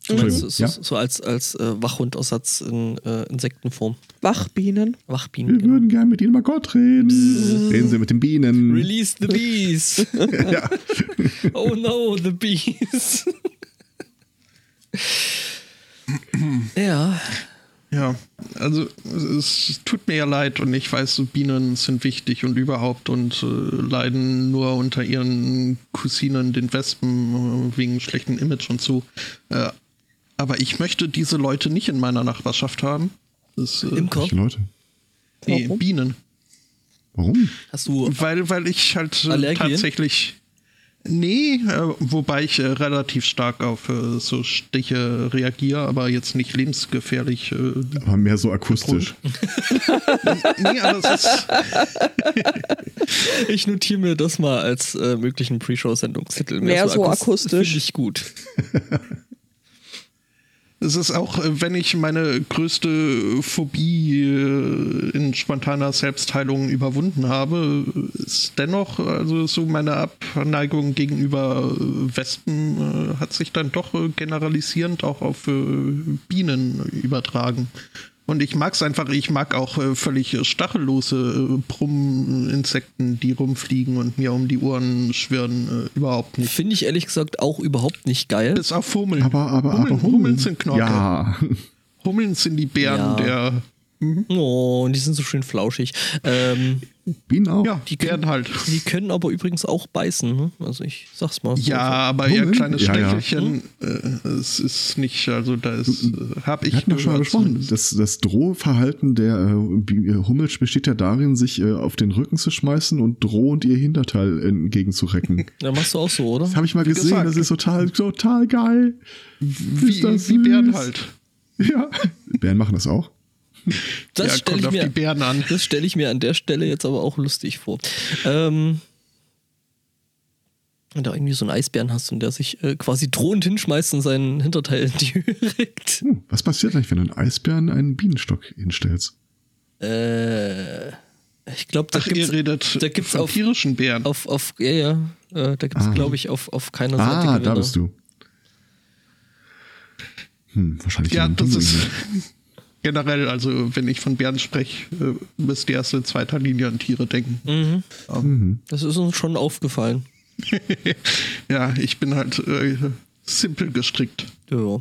So, Entschuldigung, so, ja? so als, als äh, Wachhundersatz in äh, Insektenform. Wachbienen. Wachbienen. Wir Genau. würden gerne mit Ihnen mal Gott reden. Reden Sie mit den Bienen. Release the bees! oh no, the bees! ja. Ja, also es, es tut mir ja leid und ich weiß, so Bienen sind wichtig und überhaupt und äh, leiden nur unter ihren Cousinen, den Wespen, äh, wegen schlechtem Image und so. Äh, aber ich möchte diese Leute nicht in meiner Nachbarschaft haben. Das, äh, Im Kopf. Welche Leute? nee, Warum? Bienen. Warum? Hast du. Weil, weil ich halt äh, Allergien? tatsächlich. Nee, äh, wobei ich äh, relativ stark auf äh, so Stiche reagiere, aber jetzt nicht lebensgefährlich. Äh, Aber mehr so akustisch. nee, aber es ist. Ich notiere mir das mal als äh, möglichen Pre-Show-Sendungstitel. Mehr so akust- akustisch. Finde ich gut. Es ist auch, äh, wenn ich meine größte Phobie äh, in spontaner Selbstheilung überwunden habe, ist dennoch, also so meine Abneigung gegenüber äh, Wespen äh, hat sich dann doch äh, generalisierend auch auf äh, Bienen übertragen. Und ich mag es einfach, ich mag auch äh, völlig äh, stachellose äh, Brumminsekten, die rumfliegen und mir um die Ohren schwirren, äh, überhaupt nicht. Finde ich ehrlich gesagt auch überhaupt nicht geil. Bis auf Hummeln. Aber, aber, Hummeln, aber. Hummeln sind Knorke. Ja. Hummeln sind die Ja. Bären der. Oh, und die sind so schön flauschig. Ähm, Bienen auch. Ja, die Bären halt. die können aber übrigens auch beißen. Ne? Also ich sag's mal. so. Ja, aber ihr Hummeln? kleines Ja, ja. Stechelchen, Hm? äh, es ist nicht, also da ist, äh, hab ich Hm, Wir hatten doch schon mal gehört besprochen, zumindest. das, das Drohverhalten der äh, Bi- äh, Hummels besteht ja darin, sich äh, auf den Rücken zu schmeißen und drohend ihr Hinterteil entgegenzurecken. Da machst du auch so, oder? Das habe ich mal gesehen, gesagt. das ist total, total geil. Wie, das wie Bären süß. halt. Ja. Bären machen das auch. Das Ja, stelle kommt ich auf mir, die Bären an. Das stelle ich mir an der Stelle jetzt aber auch lustig vor. Ähm, wenn du irgendwie so einen Eisbären hast und der sich äh, quasi drohend hinschmeißt und seinen Hinterteil in die Höhe regt. Hm, was passiert eigentlich, wenn du einen Eisbären einen Bienenstock hinstellst? Äh, ich glaube, da Ach, ihr gibt redet da gibt's von auf- tierischen Bären. auf, auf, ja, ja, äh, da gibt's, Ah. glaube ich, auf, auf keiner Seite. Ah, da Gewinner. bist du. Hm, wahrscheinlich. ja, in einem das Dschungel, ist ne? generell, also wenn ich von Bären spreche, äh, müsst ihr erst in zweiter Linie an Tiere denken. Mhm. Das ist uns schon aufgefallen. ja, ich bin halt äh, simpel gestrickt. Ja.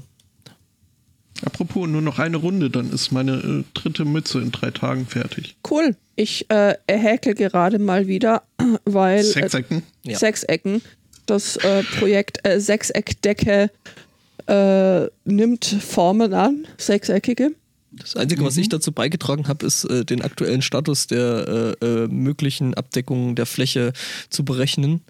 Apropos, nur noch eine Runde, dann ist meine äh, dritte Mütze in drei Tagen fertig. Cool. Ich äh, häkel gerade mal wieder, weil äh, Sechsecken. Ja. Sechsecken. Das äh, Projekt äh, Sechseckdecke äh, nimmt Formen an, sechseckige. Das Einzige, was ich dazu beigetragen habe, ist, äh, den aktuellen Status der äh, äh, möglichen Abdeckung der Fläche zu berechnen.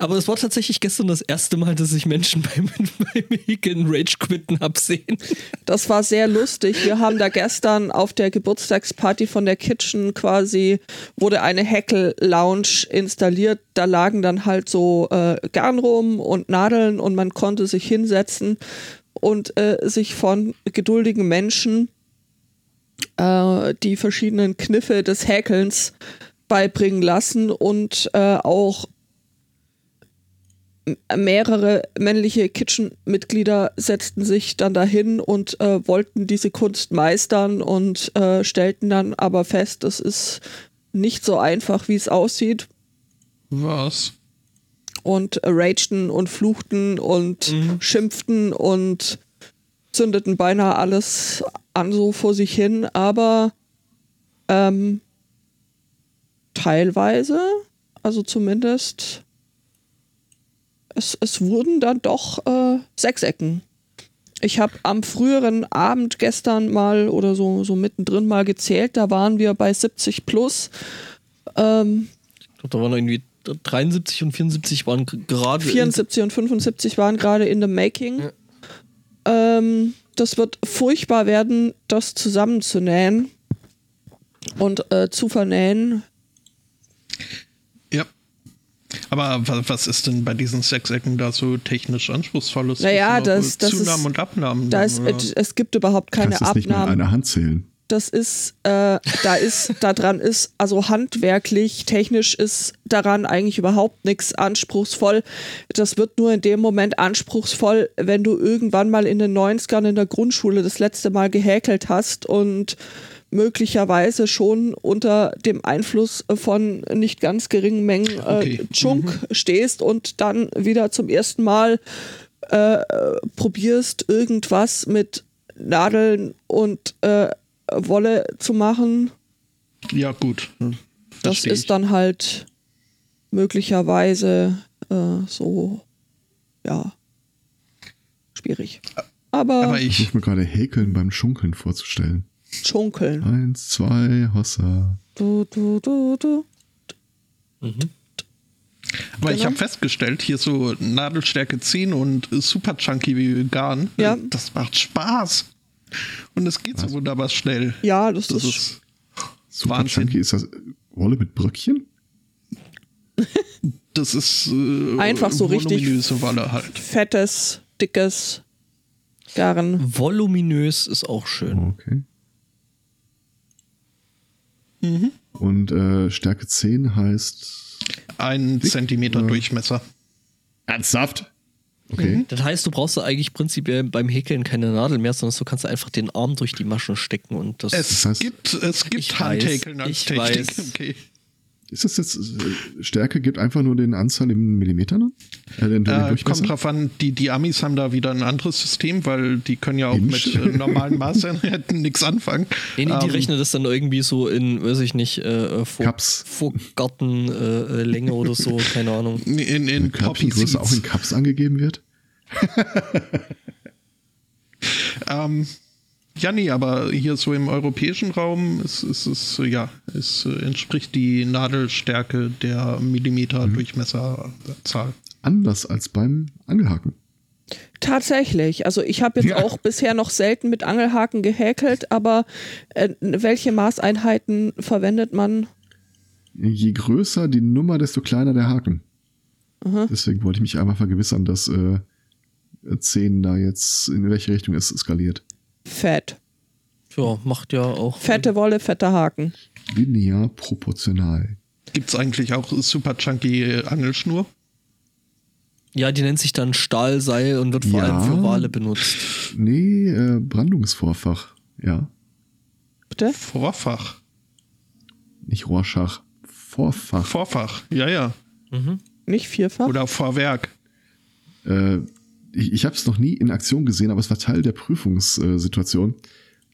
Aber es war tatsächlich gestern das erste Mal, dass ich Menschen beim, beim Häkeln Rage quitten habe sehen. Das war sehr lustig. Wir haben da gestern auf der Geburtstagsparty von der Kitchen quasi, wurde eine Häkel-Lounge installiert. Da lagen dann halt so äh, Garn rum und Nadeln und man konnte sich hinsetzen und äh, sich von geduldigen Menschen äh, die verschiedenen Kniffe des Häkelns beibringen lassen und äh, auch mehrere männliche Kitchen-Mitglieder setzten sich dann dahin und äh, wollten diese Kunst meistern und äh, stellten dann aber fest, es ist nicht so einfach, wie es aussieht Was? und äh, ragten und fluchten und schimpften und zündeten beinahe alles an so vor sich hin, aber ähm, teilweise, also zumindest, es, es wurden dann doch äh, Sechsecken. Ich habe am früheren Abend gestern mal oder so, so mittendrin mal gezählt, da waren wir bei 70 plus. Ähm, Ich glaub, da waren irgendwie 73 und 74 waren g- gerade. in- 74 und 75 waren gerade in the making. Ähm, das wird furchtbar werden, das zusammenzunähen und äh, zu vernähen. Ja. Aber wa- was ist denn bei diesen Sechsecken da so technisch anspruchsvolles? Naja, Sind da das- das Zunahmen ist- und Abnahmen. Da dann, ist, oder? äh, es gibt überhaupt keine Kannst das nicht mehr in Abnahmen. einer Hand zählen. das ist, äh, da ist, daran ist, also handwerklich, technisch ist daran eigentlich überhaupt nichts anspruchsvoll. Das wird nur in dem Moment anspruchsvoll, wenn du irgendwann mal in den 90ern in der Grundschule das letzte Mal gehäkelt hast und möglicherweise schon unter dem Einfluss von nicht ganz geringen Mengen äh, Okay. Junk stehst und dann wieder zum ersten Mal äh, probierst, irgendwas mit Nadeln und äh, Wolle zu machen. Ja, gut. Hm. Das Versteh ich. ist dann halt möglicherweise äh, so, ja, schwierig. Aber, Aber Ich ich, versuche mir gerade Häkeln beim Schunkeln vorzustellen. schunkeln. Eins, zwei, Hossa. Du, du, du, du. aber ich Genau. habe festgestellt, hier so Nadelstärke 10 und super chunky Garn. äh, Ja. Das macht Spaß. Und es geht so wunderbar schnell. Ja, das, Das ist ist Super Wahnsinn. Chunky, ist das Wolle mit Bröckchen? Das ist äh, Einfach so richtig- voluminöse Wolle halt. fettes, dickes Garn. Voluminös ist auch schön. Oh, Okay. Mhm. Und äh, Stärke 10 heißt. Ein Zentimeter Durchmesser. Ernsthaft? Okay. Mhm. Das heißt, du brauchst ja eigentlich prinzipiell beim Häkeln keine Nadel mehr, sondern du kannst einfach den Arm durch die Maschen stecken und das. Es heißt- gibt, es gibt Ich Handhäkeln weiß, als ich Technik. weiß. Okay. Ist das jetzt. Äh, Stärke gibt einfach nur den Anzahl im Millimeter an? Äh, den, den Äh, Durchmesser? kommt drauf an, die, die Amis haben da wieder ein anderes System, weil die können ja auch Inch. mit äh, normalen Maßeinheiten nichts anfangen. Nee, nee, die Ähm, rechnen das dann irgendwie so in, weiß ich nicht, äh, vor, Cups. Vorgartenlänge äh, Länge oder so, keine Ahnung. in, in Poppy Körbchengröße auch in Seeds. Cups angegeben wird? Ähm, ja, nee, aber hier so im europäischen Raum ist, ist, ist äh, ja, es äh, entspricht die Nadelstärke der Millimeter Durchmesserzahl. Anders als beim Angelhaken. Tatsächlich. Also ich habe jetzt Ja. auch bisher noch selten mit Angelhaken gehäkelt, aber äh, welche Maßeinheiten verwendet man? Je größer die Nummer, desto kleiner der Haken. Deswegen wollte ich mich einmal vergewissern, dass äh, 10 da jetzt in welche Richtung es skaliert. Fett. Ja, macht ja auch. Fette Wolle, fetter Haken. Linear proportional. Gibt es eigentlich auch super chunky Angelschnur? äh, Ja, die nennt sich dann Stahlseil und wird vor Ja. allem für Wale benutzt. Nee, äh, Brandungsvorfach. Ja, Bitte? Vorfach. nicht Rorschach. Vorfach. Vorfach, ja, ja. Nicht vierfach? Oder Vorwerk. äh, ich, ich habe es noch nie in Aktion gesehen, aber es war Teil der Prüfungssituation,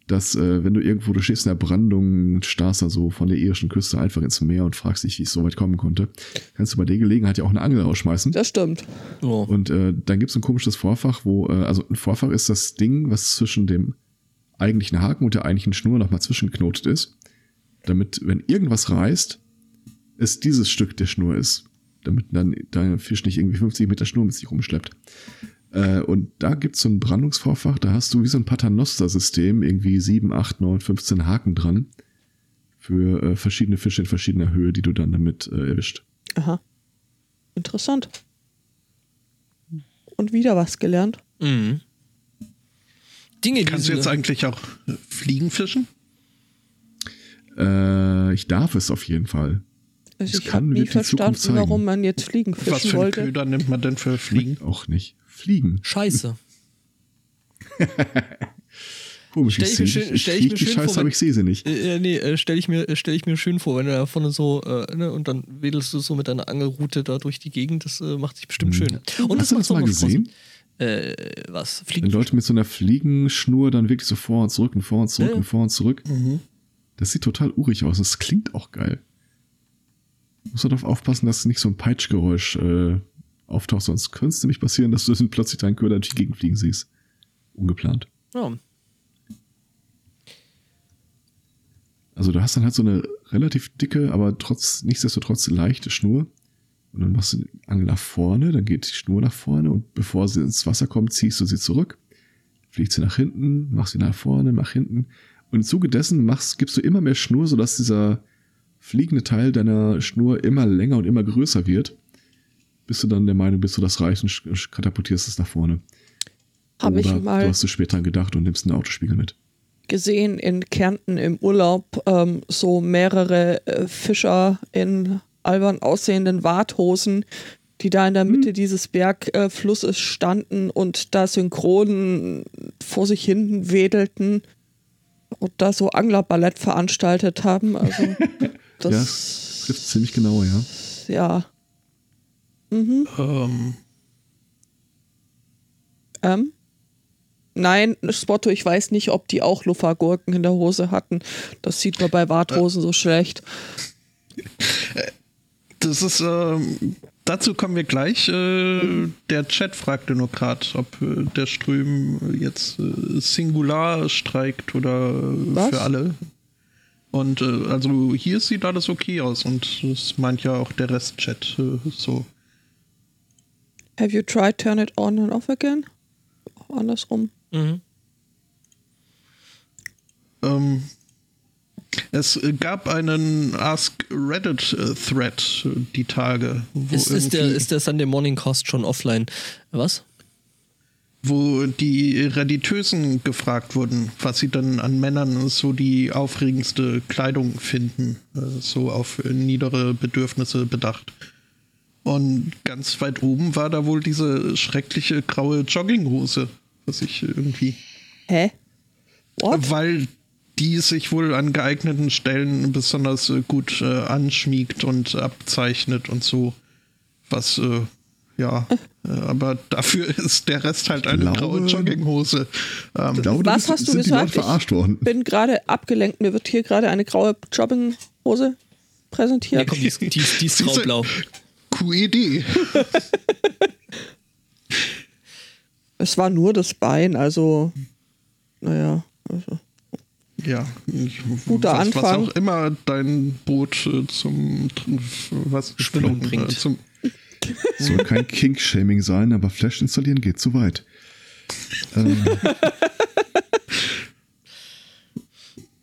dass äh, wenn du irgendwo, du stehst in der Brandung, starrst da so von der irischen Küste einfach ins Meer und fragst dich, wie ich so weit kommen konnte, kannst du bei der Gelegenheit ja auch eine Angel rausschmeißen. Das stimmt. Ja. Und äh, dann gibt es ein komisches Vorfach, wo, äh, also ein Vorfach ist das Ding, was zwischen dem eigentlichen Haken und der eigentlichen Schnur nochmal zwischengeknotet ist, damit, wenn irgendwas reißt, es dieses Stück der Schnur ist, damit dann dein Fisch nicht irgendwie 50 Meter Schnur mit sich rumschleppt. Äh, und da gibt es so ein Brandungsvorfach, da hast du wie so ein Paternoster-System, irgendwie 7, 8, 9, 15 Haken dran für äh, verschiedene Fische in verschiedener Höhe, die du dann damit äh, erwischt. Aha. Interessant. Und wieder was gelernt. Mhm. Dinge, die Kannst du sie- jetzt eigentlich auch äh, Fliegen fischen? Äh, ich darf es auf jeden Fall. Also Das ich kann habe nie wird die Zukunft verstanden, zeigen. warum man jetzt Fliegen Was fischen für einen wollte. Köder nimmt man denn für Fliegen? Auch nicht. Fliegen. Scheiße. Komisch, Stell ich mir schön- stell ich mir die schön Scheiße, vor, aber wenn- ich sehe sie nicht. Äh, äh, nee, äh, stell ich, mir, äh, stell ich mir schön vor, wenn du da vorne so, äh, ne, und dann wedelst du so mit deiner Angelrute da durch die Gegend, das äh, macht sich bestimmt schön. Und Mhm. Hast du macht das mal auch noch Spaß. gesehen? Äh, was? Wenn Fliegen? Leute mit so einer Fliegenschnur dann wirklich so vor und zurück und vor und zurück Ja. Mhm. und vor und zurück. Das sieht total urig aus. Das klingt auch geil. Muss man darauf aufpassen, dass nicht so ein Peitschgeräusch äh, auftaucht, sonst könnte es nämlich passieren, dass du dann plötzlich deinen Köder durch die Gegend fliegen siehst. Ungeplant. Ja. Also du hast dann halt so eine relativ dicke, aber trotz nichtsdestotrotz leichte Schnur. Und dann machst du die Angel nach vorne, dann geht die Schnur nach vorne und bevor sie ins Wasser kommt, ziehst du sie zurück, fliegt sie nach hinten, machst sie nach vorne, nach hinten. Und im Zuge dessen machst, gibst du immer mehr Schnur, sodass dieser fliegende Teil deiner Schnur immer länger und immer größer wird, bis du dann der Meinung bist, du das reicht und sch- sch- katapultierst es nach vorne. Habe ich Oder du mal hast zu spät dran gedacht und nimmst einen Autospiegel mit. gesehen in Kärnten im Urlaub ähm, so mehrere äh, Fischer in albern aussehenden Warthosen, die da in der Mitte dieses Bergflusses standen und da synchron vor sich hin wedelten und da so Anglerballett veranstaltet haben. Also Ja, das trifft das ziemlich genau, ja. ja. Mhm. Ähm, Ähm, Nein, Spotto, ich weiß nicht, ob die auch Luffergurken in der Hose hatten. Das sieht man bei Warthosen so schlecht. Das ist, ähm, dazu kommen wir gleich. Äh, der Chat fragte nur gerade, ob äh, der Ström jetzt äh, singular streikt oder äh, Was? für alle. Und äh, also hier sieht alles okay aus und das meint ja auch der Rest-Chat äh, so. Have you tried turn it on and off again? Andersrum. Mhm. Ähm, es äh, gab einen Ask Reddit-Thread äh, die Tage. Wo Ist, ist, der, irgendwie- ist der Sunday Morning Cast schon offline? Was? wo die Redditösen gefragt wurden, was sie dann an Männern so die aufregendste Kleidung finden, äh, so auf niedere Bedürfnisse bedacht. Und ganz weit oben war da wohl diese schreckliche graue Jogginghose, was ich irgendwie, Hä? What? weil die sich wohl an geeigneten Stellen besonders äh, gut äh, anschmiegt und abzeichnet und so, was äh, ja, äh, aber dafür ist der Rest halt eine glaube- graue Jogginghose. Ähm, Ich glaube, da Was bist- hast du sind die gesagt? Leute verarscht worden. Ich bin gerade abgelenkt. Mir wird hier gerade eine graue Jogginghose Ja, präsentiert. komm, die ist, die ist, die ist Siehste? graublau. QED. Es war nur das Bein, also. Naja. Also. Ja, ich- Guter was, Was Anfang. auch immer dein Boot äh, zum Tr- was Schwimmen Äh, bringt. Zum, Soll kein Kink-Shaming sein, aber Flash installieren geht zu weit. Ähm,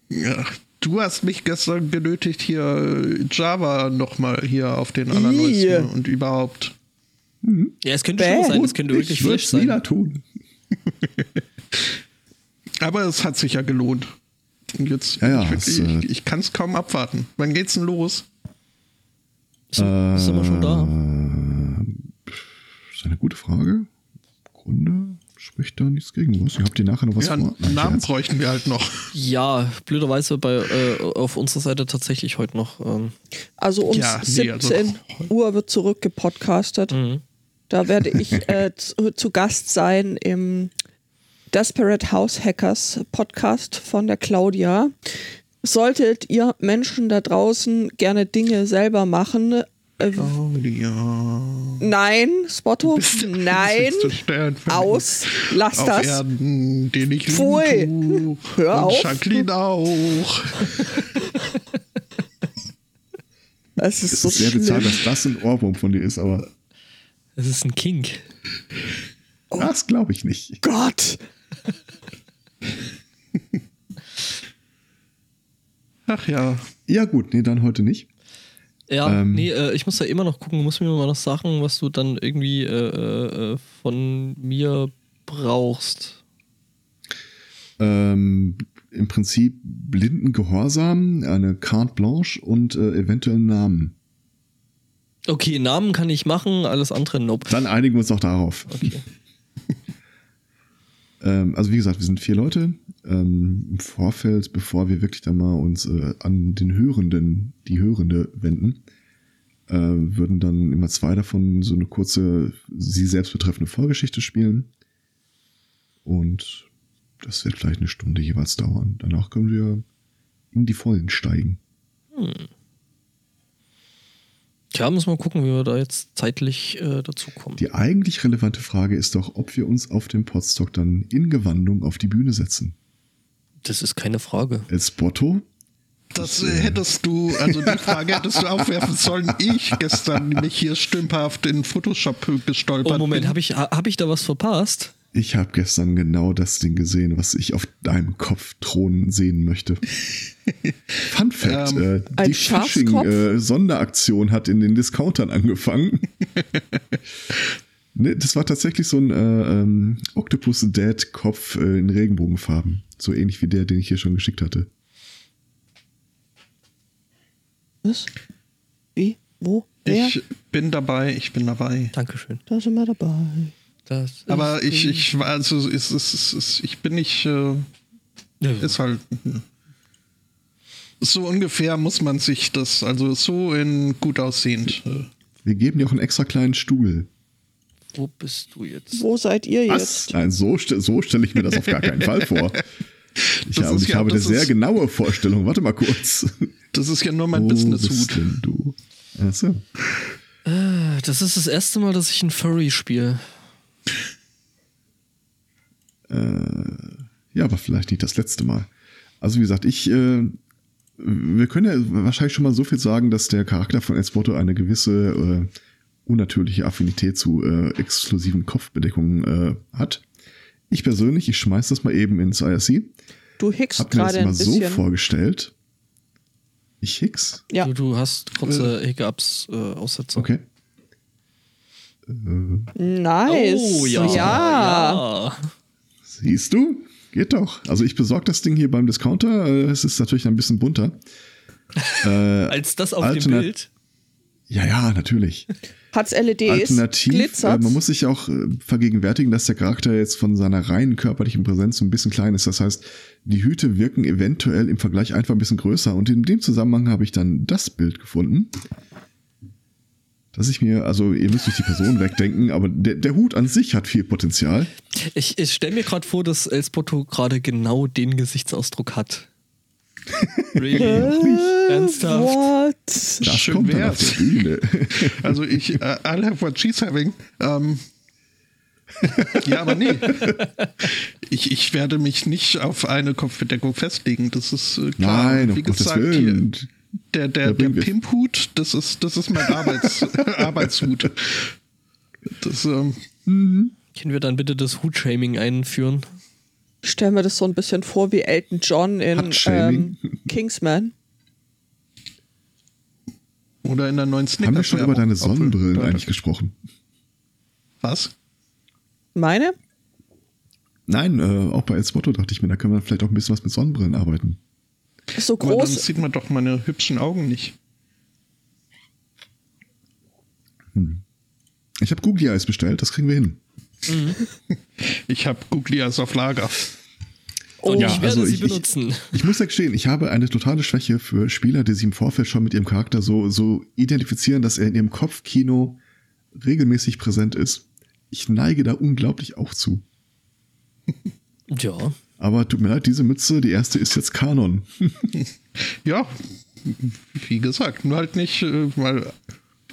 ja, du hast mich gestern genötigt, hier äh, Java nochmal hier auf den allerneuesten Ih. und überhaupt. Ja, es könnte Bäh. schlimmer sein, gut, es könnte wirklich ich würd's frisch sein. wieder tun. Aber es hat sich ja gelohnt. Und jetzt, Ja, ja, ich, es, wirklich- äh, ich, ich kann es kaum abwarten. Wann geht's denn los? Ist, ist aber schon Äh. da. Das Äh, ist eine gute Frage. Im Grunde spricht da nichts gegen was. Ihr habt ihr nachher noch was ja, vor. einen Nein, Namen Scherz. bräuchten wir halt noch. Ja, blöderweise bei, äh, auf unserer Seite tatsächlich heute noch. Ähm, Also um Ja, nee, 17 also- Mhm. Uhr wird zurückgepodcastet. Da werde ich äh, zu, zu Gast sein im Desperate House Hackers Podcast von der Claudia. Solltet ihr Menschen da draußen gerne Dinge selber machen? Äh, Oh, ja. Nein, Spotto, nein, Bist du Stern für mich? aus, lass auf das. Erden, den ich Pfui. lieben tu. Hör und auf. Jacqueline auch. Es ist Es so ist sehr bizarr, schlimm. dass das ein Ohrwurm von dir ist, aber es ist ein Kink. das glaube ich nicht. Gott, Ach ja. Ja gut, nee, dann heute nicht. Ja, Ähm. nee, äh, ich muss da immer noch gucken, du musst mir mal noch sagen, was du dann irgendwie äh, äh, äh, von mir brauchst. Ähm, Im Prinzip blinden Gehorsam, eine Carte Blanche und äh, eventuell einen Namen. Okay, Namen kann ich machen, alles andere nope. Dann einigen wir uns auch darauf. Okay. Ähm, also wie gesagt, wir sind vier Leute. Ähm, Im Vorfeld, bevor wir wirklich dann mal uns äh, an den Hörenden, die Hörende wenden, äh, würden dann immer zwei davon so eine kurze, sie selbst betreffende Vorgeschichte spielen. Und das wird vielleicht eine Stunde jeweils dauern. Danach können wir in die Vollen steigen. Tja, müssen wir gucken, wie wir da jetzt zeitlich äh, dazukommen. Die eigentlich relevante Frage ist doch, ob wir uns auf dem Podstock dann in Gewandung auf die Bühne setzen. Das ist keine Frage. Als Botto Das äh, hättest du, also die Frage hättest du aufwerfen sollen. Ich gestern mich hier stümperhaft in Photoshop gestolpert. Oh, Moment, bin. habe ich, ha- hab ich da was verpasst? Ich habe gestern genau das Ding gesehen, was ich auf deinem Kopf thronen sehen möchte. Fun Fact: Ähm, äh, ein Die Phishing-Sonderaktion hat in den Discountern angefangen. ne, das war tatsächlich so ein äh, ähm, Octopus-Dead-Kopf äh, in Regenbogenfarben. So ähnlich wie der, den ich hier schon geschickt hatte. was? Wie? Wo? Wer? Ich bin dabei, ich bin dabei. Dankeschön. Da sind wir dabei. Das Aber ist, ich, ich war, also es, es, es, es, ich bin nicht, äh, Ja, ist halt. So ungefähr muss man sich das, also so in gut aussehend. Äh, Wir geben dir auch einen extra kleinen Stuhl. Wo bist du jetzt? Wo seid ihr Was? jetzt? Nein, so, st- so stelle ich mir das auf gar keinen Fall vor. Ich, Das habe, ist ich ja- habe eine das sehr ist- genaue Vorstellung. Warte mal kurz. Das ist ja nur mein Wo bist Business-Hut. denn du? Achso. Äh, Das ist das erste Mal, dass ich ein Furry spiele. Ja, aber vielleicht nicht das letzte Mal. Also wie gesagt, ich, äh, wir können ja wahrscheinlich schon mal so viel sagen, dass der Charakter von Esporto eine gewisse äh, unnatürliche Affinität zu äh, exklusiven Kopfbedeckungen äh, hat. Ich persönlich, ich schmeiß das mal eben ins IRC. Du hickst Hab mir das gerade ein mal so bisschen. vorgestellt. Ich Hicks? ja, Du, du hast kurze Hiccups, äh, Aussetzer. Okay. nice. Oh, ja. ja. ja. Siehst du? Geht doch. Also ich besorge das Ding hier beim Discounter. Äh, Es ist natürlich ein bisschen bunter. Äh, Als das auf Alternat- dem Bild. Ja, ja, natürlich. Hat's E LEDs? Alternativ, äh, Glitzert's? man muss sich auch äh, vergegenwärtigen, dass der Charakter jetzt von seiner reinen körperlichen Präsenz so ein bisschen klein ist. Das heißt, die Hüte wirken eventuell im Vergleich einfach ein bisschen größer. Und in dem Zusammenhang habe ich dann das Bild gefunden, dass ich mir, also ihr müsst euch die Person wegdenken, aber der, der Hut an sich hat viel Potenzial. Ich, ich stelle mir gerade vor, dass Elspoto gerade genau den Gesichtsausdruck hat. Really? Äh, Ernsthaft? What? Das Schön kommt dann auf wär's. der Bühne. Also ich, äh, I'll have what she's having. Ähm, ja, aber nee. Ich, ich werde mich nicht auf eine Kopfbedeckung festlegen. Das ist äh, klar. Nein, Und um Gottes Willen. hier, der, der, Da der bringen wir- Pimphut, das ist, das ist mein Arbeits, Arbeitshut. Das, ähm, Können wir dann bitte das Hutshaming einführen? Stellen wir das so ein bisschen vor wie Elton John in ähm, Hutshaming. Kingsman. oder in der neuen Snickers. Haben wir schon über deine Sonnenbrillen eigentlich gesprochen? Was? Meine? Nein, äh, auch bei Elspoto dachte ich mir, da können wir vielleicht auch ein bisschen was mit Sonnenbrillen arbeiten. So Aber dann groß. sieht man doch meine hübschen Augen nicht. Ich habe Googly Eyes bestellt, das kriegen wir hin. Ich habe Googlias auf Lager. Oh. Und Ja, Oh, ich werde also sie ich- ich- benutzen. Ich muss ja gestehen, ich habe eine totale Schwäche für Spieler, die sich im Vorfeld schon mit ihrem Charakter so, so identifizieren, dass er in ihrem Kopfkino regelmäßig präsent ist. Ich neige da unglaublich auch zu. ja. Aber tut mir leid, diese Mütze, die erste ist jetzt Kanon. Ja, wie gesagt, nur halt nicht, äh, weil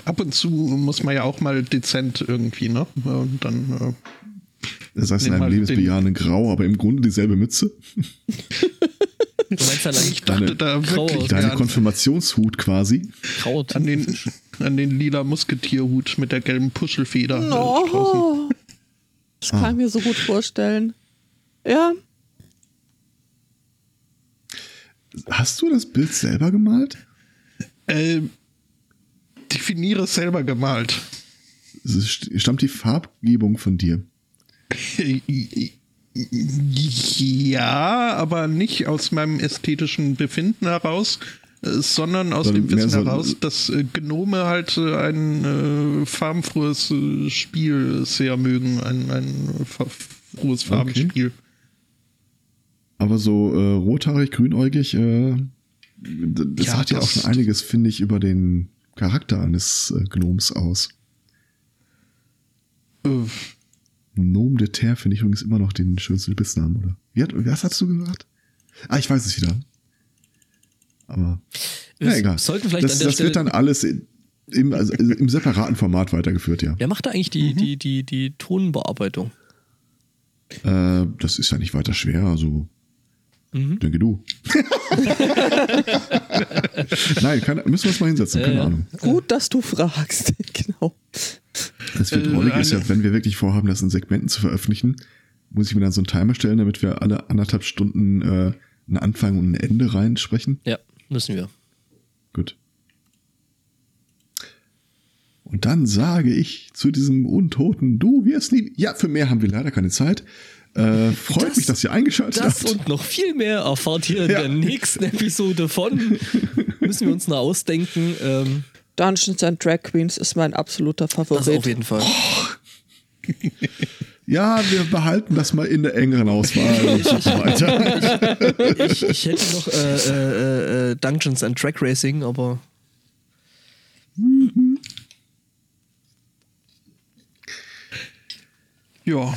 ab und zu muss man ja auch mal dezent irgendwie, ne? Und dann, äh, Das heißt, in Nimm einem mal den- lebensbejahenden Grau, aber im Grunde dieselbe Mütze. Du meinst äh, allein ich dachte da Graue. wirklich Deine an, Konfirmationshut quasi. Äh, Kraut. an, den, an den lila Musketierhut mit der gelben Puschelfeder äh, draußen. No. Oh. Das Ah. kann ich mir so gut vorstellen. Ja, Hast du das Bild selber gemalt? Äh, definiere es selber gemalt. Es ist- stammt die Farbgebung von dir. Ja, aber nicht aus meinem ästhetischen Befinden heraus, äh, sondern aus Sondern dem Wissen mehr so- heraus, dass äh, Gnome halt äh, ein äh, farbenfrohes äh, Spiel sehr mögen, ein, ein fa- frohes Farbenspiel. Aber so äh, rothaarig, grünäugig, äh, d- das Ja, sagt ja auch das- schon einiges, finde ich, über den Charakter eines äh, Gnoms aus. Äh, Nom de Terre finde ich übrigens immer noch den schönsten Spitznamen, oder? Wie hat, was hast du gesagt? Ah, ich weiß es wieder. Aber, na Wir egal. sollten vielleicht das an der das Stelle- wird dann alles in, im, also im separaten Format weitergeführt, ja. Wer macht da eigentlich die, die, die, die Tonbearbeitung? Äh, das ist ja nicht weiter schwer, also Mhm. denke du. Nein, keine, müssen wir uns mal hinsetzen, keine ja. Ahnung. gut, dass du fragst. genau. Das wird Äh, traurig ist ja, eine- wenn wir wirklich vorhaben, das in Segmenten zu veröffentlichen, muss ich mir dann so einen Timer stellen, damit wir alle anderthalb Stunden äh, einen Anfang und ein Ende reinsprechen. Ja, müssen wir. Gut. Und dann sage ich zu diesem Untoten, du wirst nie. Ja, für mehr haben wir leider keine Zeit. Äh, freut Das- mich, dass ihr eingeschaltet Das habt. und noch viel mehr erfahrt ihr in Ja. der nächsten Episode von. Müssen wir uns noch ausdenken. Ähm, Dungeons and Drag Queens ist mein absoluter das auf Favorit. jeden Fall. Ja, wir behalten das mal in der engeren Auswahl und so weiter. Ich, ich hätte noch äh, äh, äh, Dungeons and Track Racing, aber Ja,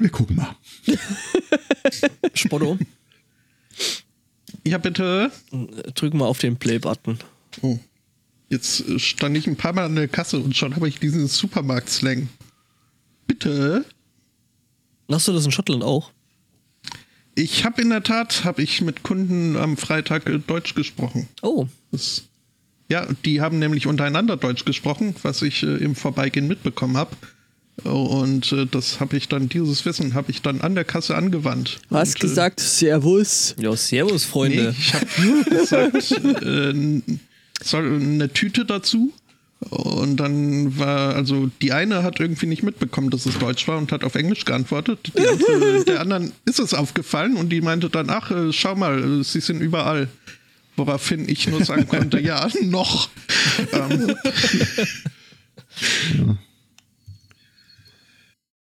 Wir gucken mal. Spotto, ja bitte. drück mal auf den Play-Button. Oh. Jetzt äh, stand ich ein paar Mal an der Kasse und schon habe ich diesen Supermarkt-Slang. Bitte? Machst du das in Schottland auch? Ich habe in der Tat, habe ich mit Kunden am Freitag äh, Deutsch gesprochen. Oh, Das, ja, die haben nämlich untereinander Deutsch gesprochen, was ich äh, im Vorbeigehen mitbekommen habe. Und äh, das habe ich dann, dieses Wissen habe ich dann an der Kasse angewandt. Hast und, gesagt, Servus. ja, servus, Äh, nee, Freunde. ich habe nur gesagt, äh, n- soll eine Tüte dazu. Und dann war, also die eine hat irgendwie nicht mitbekommen, dass es Deutsch war und hat auf Englisch geantwortet. Die andere, der anderen ist es aufgefallen und die meinte dann, ach, äh, schau mal, äh, sie sind überall. Woraufhin ich nur sagen konnte, ja, noch. Ähm, Ja.